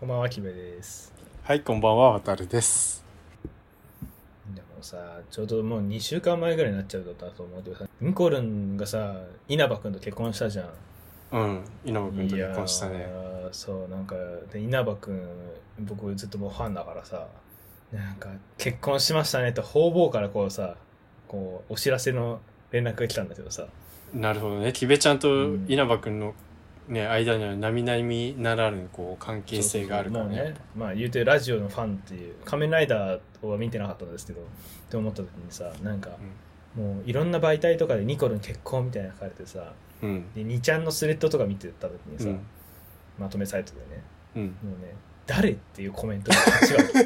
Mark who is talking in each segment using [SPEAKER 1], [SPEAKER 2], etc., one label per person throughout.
[SPEAKER 1] こんばんは、キムです。
[SPEAKER 2] はい、こんばんは、わたるです。
[SPEAKER 1] でもさ、ちょうどもう2週間前ぐらいになっちゃうだったと思うけどさ、ニコルンがさ、稲葉くんと結婚したじゃん。
[SPEAKER 2] うん、稲葉君と結婚した
[SPEAKER 1] いや
[SPEAKER 2] ね。
[SPEAKER 1] ー。そう、なんか、で稲葉くん、僕ずっともうファンだからさ、なんか、結婚しましたねって方々からこうさ、こう、お知らせの連絡が来たんだけどさ、
[SPEAKER 2] なるほどね。キベちゃんと
[SPEAKER 1] うん
[SPEAKER 2] 稲葉君の、ね、間には並々ならぬこう関係性があるから
[SPEAKER 1] そうそうも
[SPEAKER 2] ね。
[SPEAKER 1] うねまあ言うてラジオのファンっていう仮面ライダーは見てなかったんですけどって思った時にさなんか、もういろんな媒体とかでニコルン結婚みたいなの書かれてさ
[SPEAKER 2] うん。
[SPEAKER 1] で2ちゃんのスレッドとか見てた時に
[SPEAKER 2] う
[SPEAKER 1] さ、
[SPEAKER 2] ん。
[SPEAKER 1] まとめサイトでね
[SPEAKER 2] うん。
[SPEAKER 1] もうね誰っていうコメントが違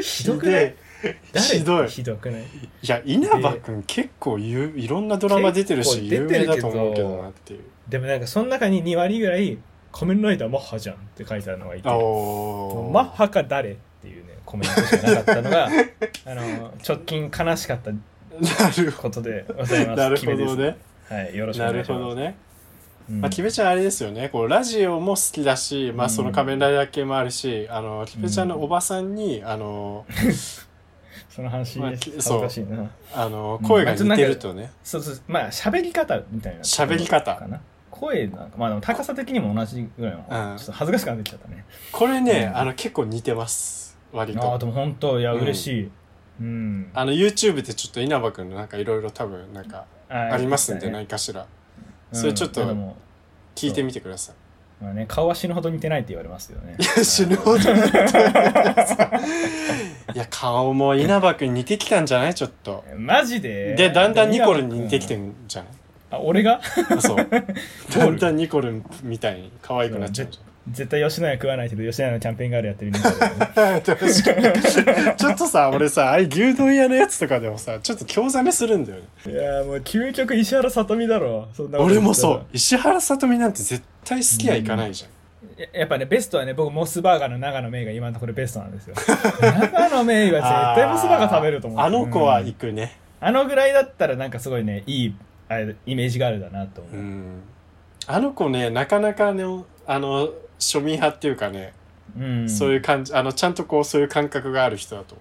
[SPEAKER 1] う ひどくない誰
[SPEAKER 2] ひどい
[SPEAKER 1] ひどくない
[SPEAKER 2] いや、稲葉君結構有いろんなドラマ出てるし、
[SPEAKER 1] 結
[SPEAKER 2] 有
[SPEAKER 1] 構出てる
[SPEAKER 2] 名
[SPEAKER 1] けど
[SPEAKER 2] だと思うけどなっていう。
[SPEAKER 1] でもなんかその中に2割ぐらい「仮面ライダーマッハじゃん」って書いてあるのがいて
[SPEAKER 2] あ
[SPEAKER 1] も
[SPEAKER 2] お
[SPEAKER 1] う
[SPEAKER 2] ー
[SPEAKER 1] マッハか誰っていうねコメントしかなかったの があの直近悲しかった
[SPEAKER 2] なるほ
[SPEAKER 1] ことでございま
[SPEAKER 2] ど。
[SPEAKER 1] す
[SPEAKER 2] なる
[SPEAKER 1] キメ
[SPEAKER 2] ほ
[SPEAKER 1] です
[SPEAKER 2] どね。
[SPEAKER 1] はいよろしくお
[SPEAKER 2] な
[SPEAKER 1] 願
[SPEAKER 2] る
[SPEAKER 1] いし
[SPEAKER 2] ほ
[SPEAKER 1] ます
[SPEAKER 2] どね。
[SPEAKER 1] うん
[SPEAKER 2] まあ、キベちゃんあれですよねこうラジオも好きだし、まあ、その仮面ライダー系もあるし、あのキベちゃんのおばさんに、あの
[SPEAKER 1] その話
[SPEAKER 2] まあ
[SPEAKER 1] 恥
[SPEAKER 2] き
[SPEAKER 1] ずかしいな
[SPEAKER 2] あの
[SPEAKER 1] うん
[SPEAKER 2] 声が似てるとね、
[SPEAKER 1] そうそうまあ喋り方みたいな
[SPEAKER 2] 喋り方
[SPEAKER 1] かな声なんかまあでも高さ的にも同じぐらいの、
[SPEAKER 2] うん
[SPEAKER 1] ちょっと恥ずかしくなってきちゃったね
[SPEAKER 2] これね、
[SPEAKER 1] うん
[SPEAKER 2] あの結構似てます割と
[SPEAKER 1] ああ
[SPEAKER 2] あ
[SPEAKER 1] でも本当いや
[SPEAKER 2] うん
[SPEAKER 1] 嬉しいうん、
[SPEAKER 2] の YouTube でちょっと稲葉君のなんかいろいろ多分なんかありますんで
[SPEAKER 1] ね
[SPEAKER 2] 何かしらそれちょっと
[SPEAKER 1] うんいやでも
[SPEAKER 2] 聞いてみてください
[SPEAKER 1] まあね、顔は死ぬほど似てないって言われますよね。
[SPEAKER 2] いや死ぬほど似てるいや顔も稲葉君似てきたんじゃないちょっと
[SPEAKER 1] マジで
[SPEAKER 2] でだんだんニコルに似てきて
[SPEAKER 1] る。
[SPEAKER 2] んじゃない
[SPEAKER 1] あ、俺が
[SPEAKER 2] そうだんだんニコルンみたいに可愛くなっちゃうじゃん
[SPEAKER 1] 絶対吉野家食わないけど、吉野家のキャンペーンガールやってるみたいな
[SPEAKER 2] 確かにちょっとさ俺さああいう牛丼屋のやつとかでもさちょっと興ざめするんだよね
[SPEAKER 1] いやーもう究極石原さとみだろ。そんなこと言
[SPEAKER 2] 俺
[SPEAKER 1] ったら
[SPEAKER 2] もそう石原さとみなんて絶対好きはいかないじゃん、
[SPEAKER 1] ややっぱね、ベストはね、僕、モスバーガーの長野芽衣が今のところベストなんですよ。長野芽衣は絶対モスバーガー食べると思う。
[SPEAKER 2] あの子は
[SPEAKER 1] うん
[SPEAKER 2] 行くね
[SPEAKER 1] あのぐらいだったら、なんかすごいね、いいあれイメージがあるだなと思
[SPEAKER 2] う
[SPEAKER 1] う。
[SPEAKER 2] ん、あの子ねなかなかねあの庶民派っていうかね、
[SPEAKER 1] うん
[SPEAKER 2] そういう感じあのちゃんとこうそういう感覚がある人だと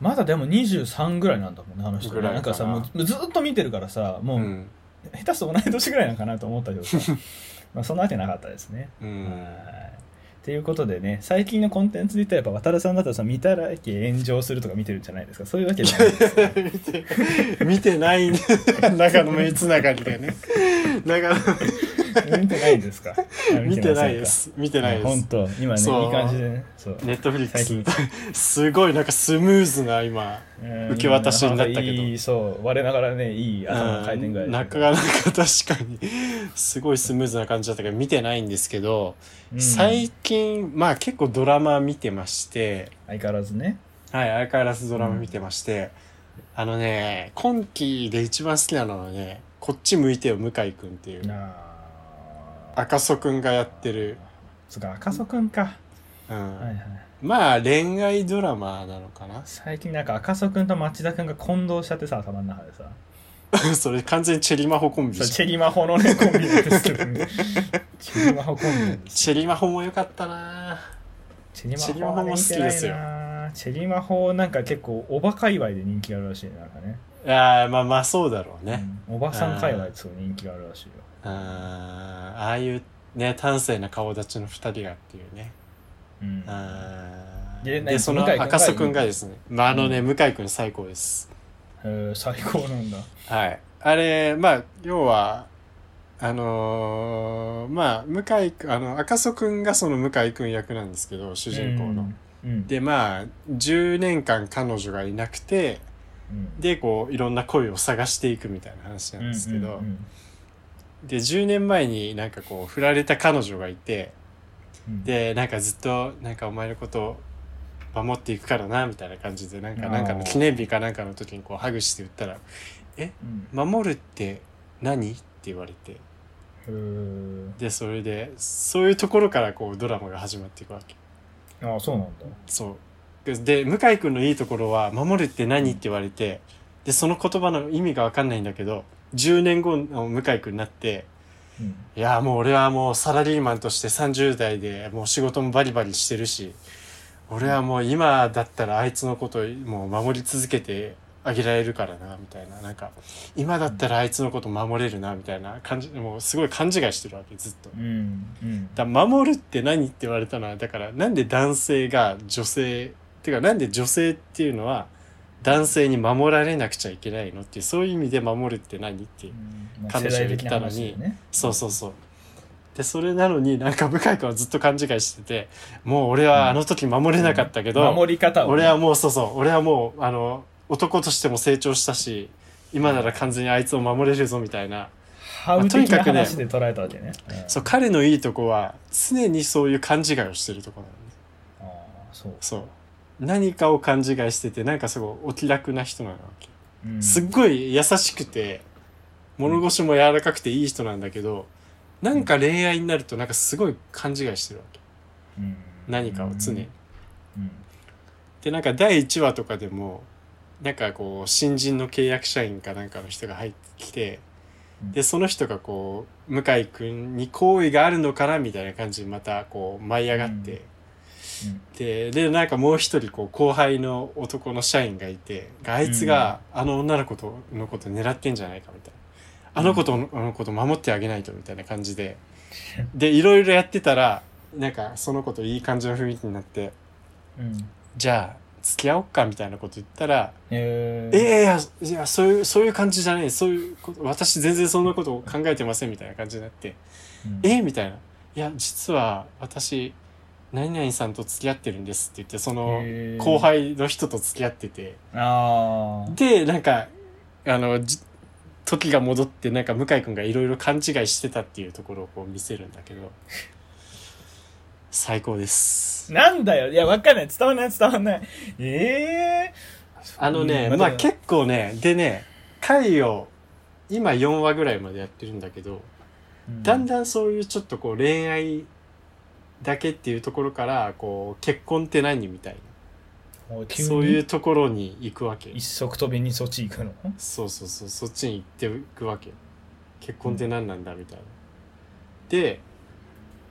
[SPEAKER 1] まだでも23ぐらいなんだもんね、あの人ね
[SPEAKER 2] ぐら
[SPEAKER 1] な
[SPEAKER 2] いかなん
[SPEAKER 1] かさ、もうずっと見てるからさ、もう、
[SPEAKER 2] うん、
[SPEAKER 1] 下手すと同い年ぐらいなのかなと思ったけど さまあそんなわけなかったですね。
[SPEAKER 2] う
[SPEAKER 1] はい
[SPEAKER 2] ん、
[SPEAKER 1] ということでね最近のコンテンツで言ったらやっぱ渡るさんだったらさ見たらけ炎上するとか見てるんじゃないですかそういうわけじゃないです
[SPEAKER 2] 見て見 てない、ね、中野目つながりでね中野
[SPEAKER 1] 見てないんですかあ
[SPEAKER 2] 見てない
[SPEAKER 1] ま
[SPEAKER 2] で
[SPEAKER 1] せん
[SPEAKER 2] す見てない
[SPEAKER 1] か
[SPEAKER 2] で
[SPEAKER 1] 本
[SPEAKER 2] す
[SPEAKER 1] 当今ね
[SPEAKER 2] そう
[SPEAKER 1] いい感じでねそう
[SPEAKER 2] ネットフリック
[SPEAKER 1] 最
[SPEAKER 2] ス
[SPEAKER 1] 近
[SPEAKER 2] すごいなんかスムーズな今、
[SPEAKER 1] 受
[SPEAKER 2] 受け渡しになったけど
[SPEAKER 1] いいそう我ながらねいい頭の回転ぐらい
[SPEAKER 2] うん
[SPEAKER 1] だ
[SPEAKER 2] な
[SPEAKER 1] け
[SPEAKER 2] か
[SPEAKER 1] ど
[SPEAKER 2] なか確かにすごいスムーズな感じだったけど見てないんですけど、
[SPEAKER 1] うん
[SPEAKER 2] 最近まあ結構ドラマ見てまして、
[SPEAKER 1] 相変わらずね
[SPEAKER 2] はい、相変わらずドラマ見てまして、あのね今期で一番好きなのはね「こっち向いてよ向井くん」っていう
[SPEAKER 1] あ
[SPEAKER 2] 赤楚くんがやってる、
[SPEAKER 1] そっか赤楚くんか、
[SPEAKER 2] うん
[SPEAKER 1] はいはい
[SPEAKER 2] まあ恋愛ドラマなのかな
[SPEAKER 1] 最近なんか赤楚くんと町田くんが混同しちゃってさ頭の中でさ
[SPEAKER 2] それ完全にチェリマホコンビ
[SPEAKER 1] そ
[SPEAKER 2] じゃ
[SPEAKER 1] うんチェリマホのねコンビなんですけどねチェリマホコンビなんです
[SPEAKER 2] チェリマホも良かったな
[SPEAKER 1] チェリ
[SPEAKER 2] チェリ
[SPEAKER 1] マ
[SPEAKER 2] マ
[SPEAKER 1] ホは
[SPEAKER 2] ホ
[SPEAKER 1] ね
[SPEAKER 2] も好きですよ
[SPEAKER 1] 見てないなチェリマホなんか結構おば界隈で人気があるらしいねなんかね
[SPEAKER 2] あーまあまあそうだろうね、
[SPEAKER 1] うんおばさん界隈でそう人気があるらしいよ
[SPEAKER 2] あーああいうね端正な顔立ちの二人がっていうね
[SPEAKER 1] うん
[SPEAKER 2] あー
[SPEAKER 1] で
[SPEAKER 2] でその
[SPEAKER 1] 向井君が
[SPEAKER 2] 赤楚くんがですねまああのね、向井くん最高です
[SPEAKER 1] へー最高なんだ
[SPEAKER 2] はいあれまあ要はあのーまあ向井くんあの赤楚くんがその向井くん役なんですけど主人公の、
[SPEAKER 1] うんうん
[SPEAKER 2] でまあ10年間彼女がいなくて
[SPEAKER 1] うん
[SPEAKER 2] でこういろんな恋を探していくみたいな話なんですけど、
[SPEAKER 1] うんうん
[SPEAKER 2] で10年前になんかこう振られた彼女がいて、
[SPEAKER 1] うん
[SPEAKER 2] でなんかずっとなんかお前のことを守っていくからなみたいな感じでなん
[SPEAKER 1] あ
[SPEAKER 2] か
[SPEAKER 1] ー
[SPEAKER 2] なんかの記念日かなんかの時にこうハグして言ったら
[SPEAKER 1] うん
[SPEAKER 2] 「守るって何?」って言われて
[SPEAKER 1] へー
[SPEAKER 2] でそれでそういうところからこうドラマが始まっていくわけ
[SPEAKER 1] ああそうなんだ
[SPEAKER 2] そうで向井君のいいところは「守るって何?」って言われてでその言葉の意味が分かんないんだけど10年後の向井君になって
[SPEAKER 1] うん
[SPEAKER 2] いやもう俺はもうサラリーマンとして30代でもう仕事もバリバリしてるし俺はもう今だったらあいつのこともう守り続けてあげられるからなみたいななんか今だったらあいつのこと守れるなみたいな感じもうすごい勘違いしてるわけずっと。
[SPEAKER 1] うんうん
[SPEAKER 2] だ守るって何って言われたのはだからなんで男性が女性っていうかなんで女性っていうのは男性に守られなくちゃいけないのっていうそういう意味で守るって何って
[SPEAKER 1] まあ
[SPEAKER 2] 彼
[SPEAKER 1] 世代
[SPEAKER 2] 女が言っ
[SPEAKER 1] 的
[SPEAKER 2] た
[SPEAKER 1] な
[SPEAKER 2] のに
[SPEAKER 1] 話だよね
[SPEAKER 2] そうそうそう。で、それなのになんか向井君はずっと勘違いしてて、もう俺はあの時守れなかったけど、
[SPEAKER 1] 守り方を
[SPEAKER 2] 俺はもうそうそう、俺はもうあの、男としても成長したし、今なら完全にあいつを守れるぞみたいな。
[SPEAKER 1] ハウ的
[SPEAKER 2] まあとにか
[SPEAKER 1] な
[SPEAKER 2] くね
[SPEAKER 1] 話で捉えたわけね、うん
[SPEAKER 2] そう、彼のいいとこは常にそういう勘違いをしてるとこなのね。
[SPEAKER 1] ああそう、
[SPEAKER 2] そう。何かを勘違いしてて、なんかすごいお気楽な人なわけ。
[SPEAKER 1] うん
[SPEAKER 2] すっごい優しくて、物腰も柔らかくていい人なんだけど、なんか恋愛になるとなんかすごい勘違いしてるわけ。
[SPEAKER 1] うん
[SPEAKER 2] 何かを常に。
[SPEAKER 1] うん
[SPEAKER 2] で、なんか第1話とかでも、なんかこう、新人の契約社員かなんかの人が入ってきて、
[SPEAKER 1] うん
[SPEAKER 2] で、その人がこう、向井くんに好意があるのかなみたいな感じにまたこう、舞い上がって、
[SPEAKER 1] うん
[SPEAKER 2] で、で、なんかもう一人こう、後輩の男の社員がいて、あいつがあの女の子と、のこと狙ってんじゃないかみたいな。あの子と、あの子と守ってあげないとみたいな感 じで。で、いろいろやってたら、なんかその子といい感じの雰囲気になって、
[SPEAKER 1] うん
[SPEAKER 2] じゃあ、付き合おっかみたいなこと言ったら、
[SPEAKER 1] え
[SPEAKER 2] え
[SPEAKER 1] ー、
[SPEAKER 2] えいや、いや、そういう、そういう感じじゃない、そういうこと、私全然そんなことを考えてませんみたいな感じになって、
[SPEAKER 1] うん
[SPEAKER 2] えみたいな。いや、実は私、何々さんと付き合ってるんですって言って、その
[SPEAKER 1] へー
[SPEAKER 2] 後輩の人と付き合ってて、
[SPEAKER 1] ああ
[SPEAKER 2] で、なんか、あの、じ時が戻って、なんか向井くんがいろいろ勘違いしてたっていうところをこう見せるんだけど、最高です。
[SPEAKER 1] なんだよいやわかんない伝わんない伝わんないええ
[SPEAKER 2] あのね、
[SPEAKER 1] うん
[SPEAKER 2] ま
[SPEAKER 1] ま
[SPEAKER 2] あ
[SPEAKER 1] あ
[SPEAKER 2] 結構ね、でね、回を、今4話ぐらいまでやってるんだけど、だんだんそういうちょっとこう恋愛だけっていうところから、こう結婚って何みたい
[SPEAKER 1] うん
[SPEAKER 2] な、そういううところに行くわけ。
[SPEAKER 1] 一足飛びにそっち行くの
[SPEAKER 2] そうそうそう、そっちに行っていくわけ。結婚って何なんだみたいな。で、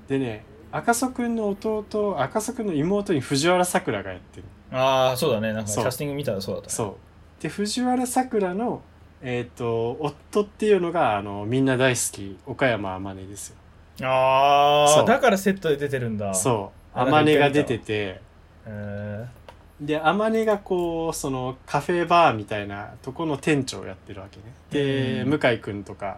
[SPEAKER 2] でね、赤楚くんの弟、赤楚くんの妹に藤原さくらがやってる。
[SPEAKER 1] ああそうだねなんかキ
[SPEAKER 2] そう
[SPEAKER 1] ャスティング見たらそうだったね
[SPEAKER 2] そう。で、藤原さくらの、えっ、と、夫っていうのが、あの、みんな大好き、岡山天音ですよ。
[SPEAKER 1] あ
[SPEAKER 2] そ
[SPEAKER 1] あ
[SPEAKER 2] う
[SPEAKER 1] だからセットで出てるんだう
[SPEAKER 2] そう。
[SPEAKER 1] あ
[SPEAKER 2] 天音が出てて、
[SPEAKER 1] へえ
[SPEAKER 2] で、天音がこう、その、カフェバーみたいなとこの店長をやってるわけね。で、
[SPEAKER 1] うん
[SPEAKER 2] 向井くんとか、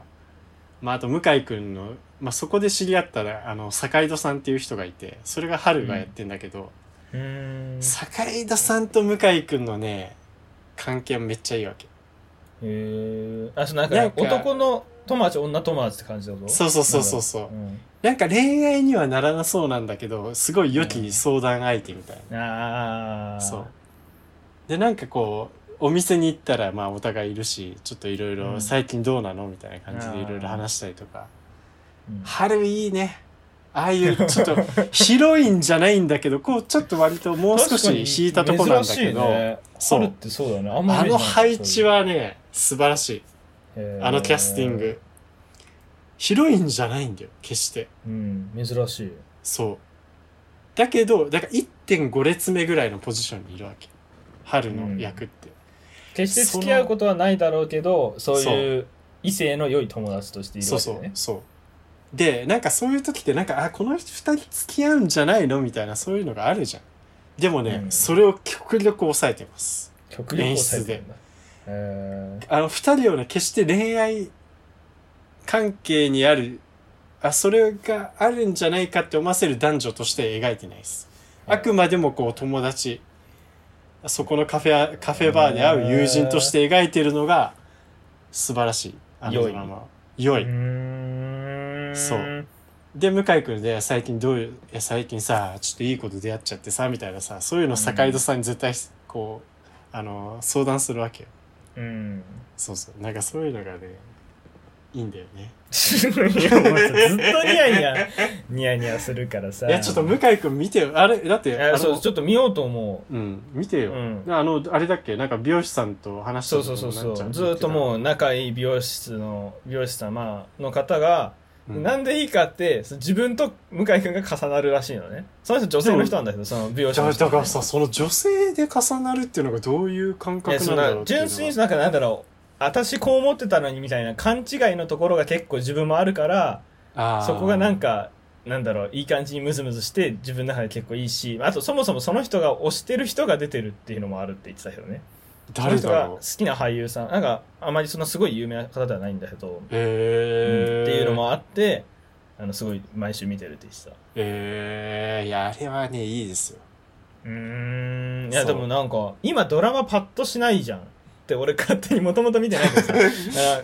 [SPEAKER 2] まあ、あと向井くんの、まあ、そこで知り合ったら、あの、坂井戸さんっていう人がいて、それが春がやってんだけど、
[SPEAKER 1] うーん
[SPEAKER 2] 坂井戸さんと向井くんのね、関係めっちゃいいわけ。
[SPEAKER 1] へーあそうなん
[SPEAKER 2] な
[SPEAKER 1] か
[SPEAKER 2] んか
[SPEAKER 1] 男の友達女友達って感じだぞ
[SPEAKER 2] そうそうそうそうそう。
[SPEAKER 1] ん
[SPEAKER 2] なんか恋愛にはならなそうなんだけど、すごい良き相談相手みたい
[SPEAKER 1] ああ
[SPEAKER 2] な。そう。で、なんかこう、お店に行ったら、まあお互いいるし、ちょっといろいうろ、
[SPEAKER 1] ん
[SPEAKER 2] 最近どうなのみたいな感じで
[SPEAKER 1] あー
[SPEAKER 2] いろいろ話したりとか。
[SPEAKER 1] うん
[SPEAKER 2] 春いいね。ああいう、ちょっと、広いんじゃないんだけど、こう、ちょっと割ともう少し引いたとこなんだけ
[SPEAKER 1] 確かに珍しい
[SPEAKER 2] ど、
[SPEAKER 1] ね
[SPEAKER 2] そう
[SPEAKER 1] 春ってそうだねあんま
[SPEAKER 2] あ
[SPEAKER 1] りイメージな
[SPEAKER 2] の
[SPEAKER 1] い
[SPEAKER 2] 配置はね、素晴らしい。
[SPEAKER 1] へ
[SPEAKER 2] あのキャスティング。広いんじゃないんだよ、決して。
[SPEAKER 1] うん珍しい
[SPEAKER 2] そう。だけど、だから1.5列目ぐらいのポジションにいるわけ。春の役って。
[SPEAKER 1] 決して付き合うことはないだろうけどそういう異性の良い友達としている
[SPEAKER 2] そう
[SPEAKER 1] わけ
[SPEAKER 2] そう
[SPEAKER 1] ね、
[SPEAKER 2] そう。で、なんかそういう時って、なんか、あ、この人二人付き合うんじゃないのみたいな、そういうのがあるじゃん。でもね、
[SPEAKER 1] うん
[SPEAKER 2] それを極力抑えてます。
[SPEAKER 1] 極力抑えてるんだへ
[SPEAKER 2] あの、二人をね、決して恋愛関係にある、あ、それがあるんじゃないかって思わせる男女として描いてないです。
[SPEAKER 1] ー
[SPEAKER 2] あくまでもこう友達、そこのカフェ、カフェバーで会う友人として描いてるのが素晴らしい。あの
[SPEAKER 1] 良
[SPEAKER 2] ド
[SPEAKER 1] い
[SPEAKER 2] ラマは。良
[SPEAKER 1] う
[SPEAKER 2] い。
[SPEAKER 1] ーん
[SPEAKER 2] そうで、向井くんで最近どういう、いや最近さ、ちょっといいこと出会っちゃってさ、みたいなさ、そういうの坂井戸さんに絶対こう、あの、相談するわけよ。
[SPEAKER 1] うん
[SPEAKER 2] そうそう。なんかそういうのがね、いいんだよね。
[SPEAKER 1] いやもうずっとニヤニヤニヤニヤするからさ
[SPEAKER 2] いや、ちょっと向井くん見てよ。あれ、だって、あ
[SPEAKER 1] あ
[SPEAKER 2] の
[SPEAKER 1] そうちょっと見ようと思
[SPEAKER 2] うん、見て
[SPEAKER 1] う、う
[SPEAKER 2] よ。
[SPEAKER 1] ん、
[SPEAKER 2] あの、あれだっけなんか美容師さんと話した
[SPEAKER 1] そう
[SPEAKER 2] こ
[SPEAKER 1] そ
[SPEAKER 2] と
[SPEAKER 1] うそう
[SPEAKER 2] も
[SPEAKER 1] そ
[SPEAKER 2] なんちゃ
[SPEAKER 1] うんずっと
[SPEAKER 2] う
[SPEAKER 1] もう仲いい美容室の美容師様の方が
[SPEAKER 2] うん
[SPEAKER 1] なんでいいかって、その自分と向井くんが重なるらしいのね。その人女性の人なんだけど、その美容師
[SPEAKER 2] だ
[SPEAKER 1] の人、
[SPEAKER 2] だからさその女性で重なるっていうのがどういう
[SPEAKER 1] い
[SPEAKER 2] 感
[SPEAKER 1] や
[SPEAKER 2] 覚な
[SPEAKER 1] そ
[SPEAKER 2] んだろう
[SPEAKER 1] の
[SPEAKER 2] っていうの
[SPEAKER 1] 純
[SPEAKER 2] が
[SPEAKER 1] 粋になんかなんだろう。私こう思ってたのにみたいな勘違いのところが結構自分もあるから、
[SPEAKER 2] あー
[SPEAKER 1] そこがなんか、なんだろう、いい感じにムズムズして自分の中で結構いいし、あとそもそもその人が推してる人が出てるっていうのもあるって言ってたけどね。
[SPEAKER 2] 誰
[SPEAKER 1] その
[SPEAKER 2] だ
[SPEAKER 1] 人が
[SPEAKER 2] ろ
[SPEAKER 1] 好
[SPEAKER 2] う
[SPEAKER 1] きな俳優さん、なんかあまりそんなすごい有名な方ではないんだけど、
[SPEAKER 2] えー、
[SPEAKER 1] っていうのもあって、あの、すごい毎週見てるって言ってた。
[SPEAKER 2] えー、いやあれはねいいですよ
[SPEAKER 1] うーんいや
[SPEAKER 2] そ
[SPEAKER 1] で
[SPEAKER 2] う
[SPEAKER 1] もなんか今ドラマパッとしないじゃんって俺勝手にもともと見てないけど さだから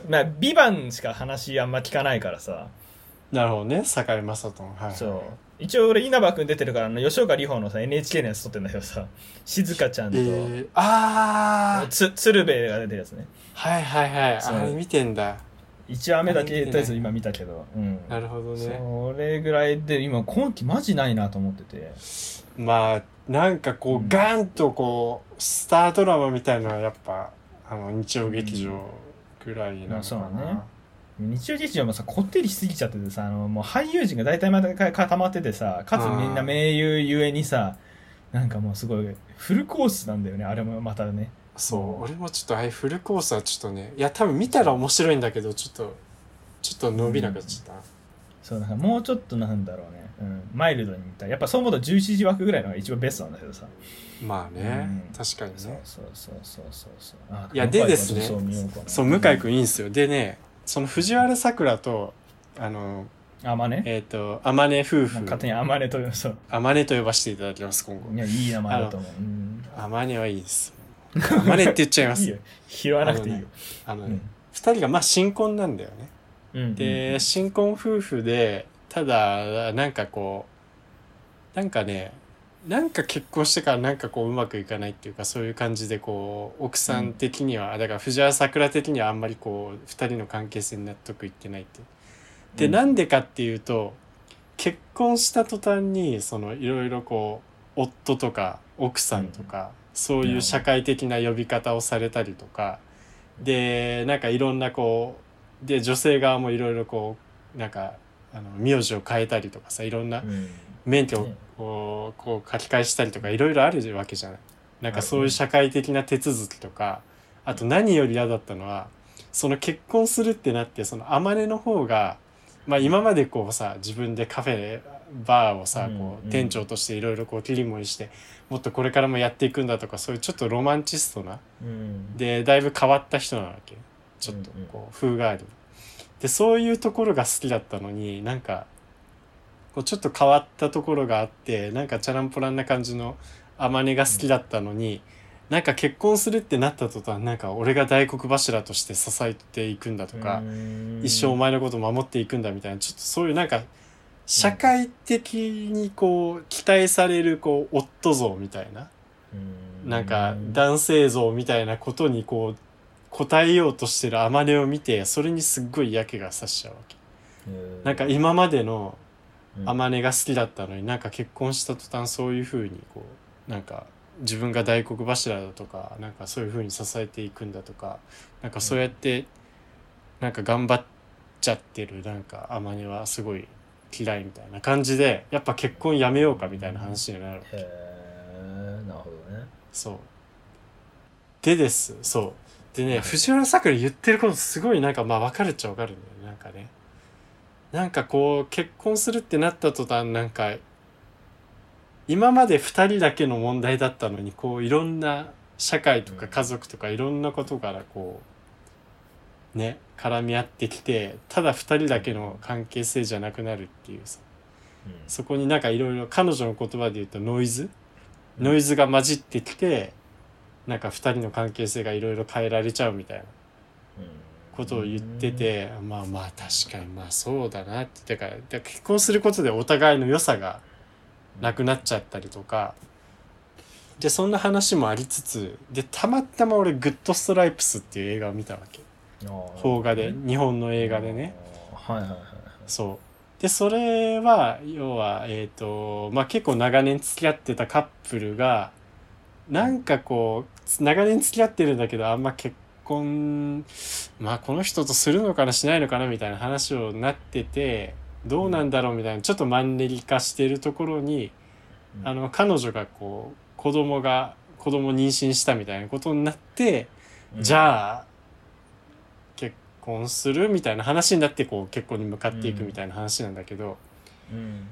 [SPEAKER 1] まあ「ビバンしか話あんま聞かないからさ
[SPEAKER 2] なるほどね坂井雅人のはい
[SPEAKER 1] そう一応俺稲葉君出てるからあの吉岡里帆のさ NHK のやつ撮ってんだけどさ静香ちゃんと、
[SPEAKER 2] えー、あー
[SPEAKER 1] つ鶴瓶が出てるやつね
[SPEAKER 2] はいはいはい
[SPEAKER 1] そう
[SPEAKER 2] あれ見てんだ
[SPEAKER 1] 一応雨だけとりあえず今見たけど、うん、
[SPEAKER 2] なるほどね
[SPEAKER 1] それぐらいで今今期マジないなと思ってて
[SPEAKER 2] まあなんかこう、
[SPEAKER 1] うん
[SPEAKER 2] ガンとこうスタードラマみたいなのはやっぱあの日曜劇場ぐらいなの
[SPEAKER 1] う
[SPEAKER 2] かな、
[SPEAKER 1] んまあそうね日曜劇場もさこってりしすぎちゃっててさあのもう俳優陣が大体毎回固まっててさかつみんな名優ゆえにさなんかもうすごいフルコースなんだよねあれもまたね
[SPEAKER 2] そう俺もちょっとああいうフルコースはちょっとねいや多分見たら面白いんだけどちょっとちょっと伸びなくなっちゃったな、
[SPEAKER 1] そうなんかもうちょっとなんだろうね、うん、マイルドに見たいやっぱそう思うと11時枠ぐらいのが一番ベストなんだけどさ、
[SPEAKER 2] まあね、
[SPEAKER 1] うん
[SPEAKER 2] 確かに
[SPEAKER 1] そう
[SPEAKER 2] ね
[SPEAKER 1] そうそうそうそうそうあ
[SPEAKER 2] いやでですね
[SPEAKER 1] 向井君はどう見ようかな
[SPEAKER 2] そう向井君いいんですよでねその藤原さくらとあの
[SPEAKER 1] あまあね
[SPEAKER 2] えっ、と天音夫
[SPEAKER 1] なんか勝
[SPEAKER 2] 婦
[SPEAKER 1] 手にあまねとそう
[SPEAKER 2] 天音と呼ばせていただきます今後
[SPEAKER 1] いやいい名前だと思う、うん、
[SPEAKER 2] 天音はいいです天音って言っちゃい
[SPEAKER 1] い
[SPEAKER 2] ま
[SPEAKER 1] い
[SPEAKER 2] す
[SPEAKER 1] よ拾わなくていいよ、
[SPEAKER 2] あのね、二人がまあ新婚なんだよね
[SPEAKER 1] うん
[SPEAKER 2] で、新婚夫婦でただなんかこうなんかねなんか結婚してからなんかこううまくいかないっていうかそういう感じでこう奥さん的には、だから藤原さくら的にはあんまりこう二人の関係性に納得いってないってで、なんでかっていうと結婚した途端にそのいろいろこう夫とか奥さんとか、そういう社会的な呼び方をされたりとか、でなんかいろんなこうで女性側もいろいろこうなんかあの名字を変えたりとかさいろんな
[SPEAKER 1] うん
[SPEAKER 2] 免許を
[SPEAKER 1] ね
[SPEAKER 2] こうこう書き換えしたりとかいろいろあるわけじゃないなんかそういう社会的な手続きとかあと何より嫌だったのはその結婚するってなってその天音の方が、まあ、今までこうさ自分でカフェバーをさ
[SPEAKER 1] うん
[SPEAKER 2] こ
[SPEAKER 1] う
[SPEAKER 2] うん店長としていろいろこう切り盛りしてもっとこれからもやっていくんだとかそういうちょっとロマンチストな
[SPEAKER 1] うん
[SPEAKER 2] でだいぶ変わった人なわけちょっと
[SPEAKER 1] うんうん
[SPEAKER 2] こう風変わりでそういうところが好きだったのになんかこうちょっと変わったところがあってなんかチャランポランな感じの天音が好きだったのに、なんか結婚するってなった途端なんか俺が大黒柱として支えていくんだとか、一生お前のことを守っていくんだみたいなちょっとそういうなんか社会的にこう期待されるこう夫像みたいななんか男性像みたいなことにこう応えようとしてる天音を見てそれにすっごい嫌気がさしちゃうわけなんか今までの天音が好きだったのになんか結婚した途端そういうふうにこうなんか自分が大黒柱だとかなんかそういうふうに支えていくんだとかなんかそうやってなんか頑張っちゃってるなんか天音はすごい嫌いみたいな感じでやっぱ結婚やめようかみたいな話になる
[SPEAKER 1] へえなるほどね
[SPEAKER 2] そう。でです、そう。でね、藤原さくら言ってることすごいなんかまあ分かるっちゃ分かるんだよね、なんかね。なんかこう、結婚するってなった途端、なんか、今まで二人だけの問題だったのに、こう、いろんな社会と
[SPEAKER 1] う
[SPEAKER 2] か
[SPEAKER 1] ん
[SPEAKER 2] 家族とかいろんなことからこう、ね、絡み合ってきて、ただ二人だけの関係性じゃなくなるっていうさ。そこになんかいろいろ彼女の言葉で言うとノイズノイズが混じってきてなんか二人の関係性がいろいろ変えられちゃうみたいなことを言っててまあまあ確かにまあそうだなってだからだから結婚することでお互いの良さがなくなっちゃったりとかでそんな話もありつつでたまたま俺「グッドストライプス」っていう映画を見たわけ邦画で日本の映画でね。
[SPEAKER 1] はいはいはい
[SPEAKER 2] そう。で、それは、要は、えっ、と、まあ、結構長年付き合ってたカップルが、なんかこう、長年付き合ってるんだけど、あんま結婚まあこの人とするのかなしないのかなみたいな話をなっててどうなんだろうみたいなちょっとマンネリ化してるところに
[SPEAKER 1] うん
[SPEAKER 2] あの彼女がこう子供が子供妊娠したみたいなことになってじ
[SPEAKER 1] あ、
[SPEAKER 2] ゃあ結婚するみたいな話になってこう結婚に向かっていくみたいな話なんだけど
[SPEAKER 1] うん、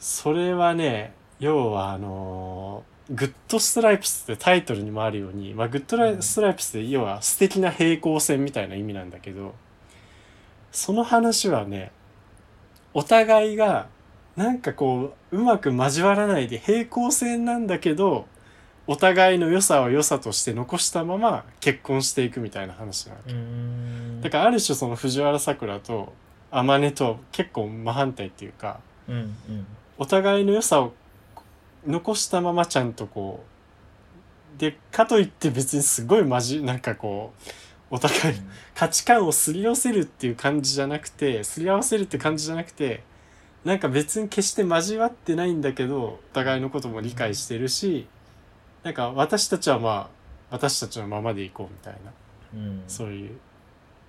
[SPEAKER 2] それはね要はあのーグッドストライプスってタイトルにもあるように、まあ、グッドライ
[SPEAKER 1] うん
[SPEAKER 2] ストライプスって要は素敵な平行線みたいな意味なんだけどその話はねお互いがなんかこううまく交わらないで平行線なんだけどお互いの良さを良さとして残したまま結婚していくみたいな話なの。
[SPEAKER 1] うん
[SPEAKER 2] だからある種その藤原さくらと天音と結構真反対っていうか。
[SPEAKER 1] うんうん
[SPEAKER 2] お互いの良さを残したままちゃんとこうでかといって別にすごいまじなんかこうお互い価値観をすり寄せるっていう感じじゃなくてすり合わせるって感じじゃなくてなんか別に決して交わってないんだけどお互いのことも理解してるしなんか私たちはまあ私たちのままでいこうみたいな
[SPEAKER 1] うん
[SPEAKER 2] そういう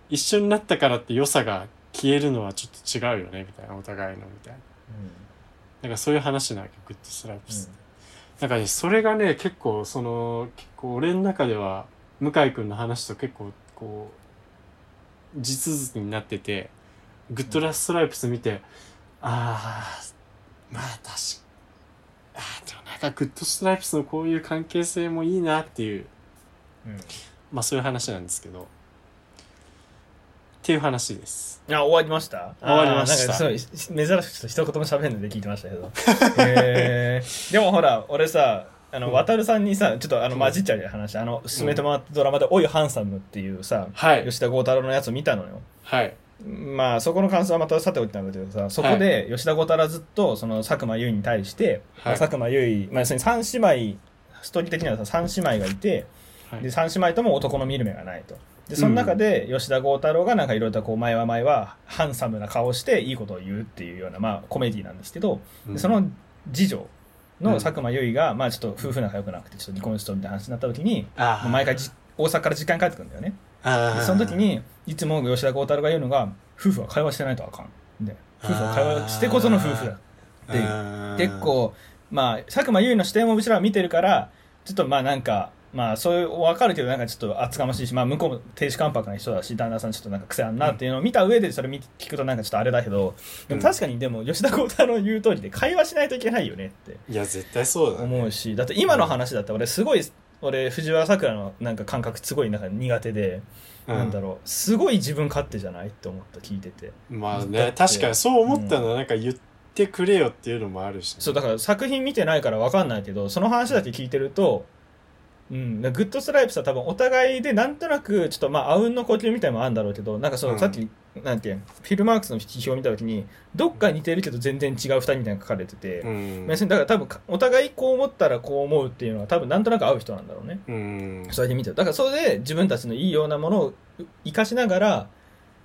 [SPEAKER 2] 一緒になったからって良さが消えるのはちょっと違うよねみたいなお互いのみたいな。なんかそういう話なわけグッドストライプスって、なんかねそれがね結構その結構俺の中では向井君の話と結構こう地続きになっててグッドラストライプス見て、ああまあ確かあーでもなんかグッドストライプスのこういう関係性もいいなっていう
[SPEAKER 1] うんうん
[SPEAKER 2] まあそういう話なんですけどっていう話です
[SPEAKER 1] あ、終わりました
[SPEAKER 2] 終わりました
[SPEAKER 1] あーなんかすごい、珍しくちょっと一言も喋るので聞いてましたけ ど。えー、でもほら、俺さ、あの、
[SPEAKER 2] うん
[SPEAKER 1] 渡るさんにさ、ちょっとあの、
[SPEAKER 2] うん
[SPEAKER 1] 混じっちゃう話、あの、進めてもらったドラマで、おいハンサムっていうさ、
[SPEAKER 2] はい
[SPEAKER 1] 吉田剛太郎のやつを見たのよ。
[SPEAKER 2] はい
[SPEAKER 1] まあ、そこの感想はまたさておきなんだけどさ、そこで吉田剛太郎はずっと、その、佐久間由衣に対して、ま
[SPEAKER 2] は
[SPEAKER 1] あ
[SPEAKER 2] い
[SPEAKER 1] 佐久間由衣、まあ、要するに三姉妹、ストーリー的にはさ、三姉妹がいて、
[SPEAKER 2] はい
[SPEAKER 1] で3姉妹とも男の見る目がないとでその中で吉田剛太郎がなんかいろいろとこう前は前はハンサムな顔をしていいことを言うっていうようなまあコメディなんですけど
[SPEAKER 2] う
[SPEAKER 1] で
[SPEAKER 2] ん
[SPEAKER 1] その次女
[SPEAKER 2] うん
[SPEAKER 1] の佐久間由衣がまあちょっと夫婦仲良くなくてちょっと離婚しとるみたいな話になった時に
[SPEAKER 2] あ
[SPEAKER 1] もう毎回じ大阪から実家に帰ってくるんだよねで
[SPEAKER 2] 回
[SPEAKER 1] その時にいつも吉田剛太郎が言うのが夫婦は会話してないとあかんで夫婦は会話してこその夫婦だっていう結構まあ佐久間由衣の視点をうちらは見てるからちょっとまあなんかまあそういう分かるけどなんかちょっと厚かましいし、まあ、向こうも亭主関白な人だし旦那さんちょっとなんか癖あんなっていうのを見た上でそれ見聞くとなんかちょっとあれだけどでも確かにでも吉田鋼太郎の言う通りで会話しないといけないよねって
[SPEAKER 2] いや絶対そうだね
[SPEAKER 1] 思うしだって今の話だって俺すごい俺藤原さくらのなんか感覚すごいなんか苦手で、なんだろうすごい自分勝手じゃないって思った聞いてて
[SPEAKER 2] うんまあ
[SPEAKER 1] だって
[SPEAKER 2] ね確かにそう思ったのはなんか言ってくれよっていうのもあるしね、
[SPEAKER 1] そうだから作品見てないから分かんないけどその話だけ聞いてると、うん、グッドストライプスは多分お互いでなんとなくちょっとまああうんの呼吸みたいのもあるんだろうけどなんかその、
[SPEAKER 2] うん
[SPEAKER 1] さっきなんていうのフィルマークスの批評を見た時にどっか似てるけど全然違う2人みたいなの書かれてて、
[SPEAKER 2] うん
[SPEAKER 1] まあ要するにだから多分かお互いこう思ったらこう思うっていうのは多分なんとなく合う人なんだろうね
[SPEAKER 2] うん
[SPEAKER 1] それで見てるだからそれで自分たちのいいようなものを生かしながら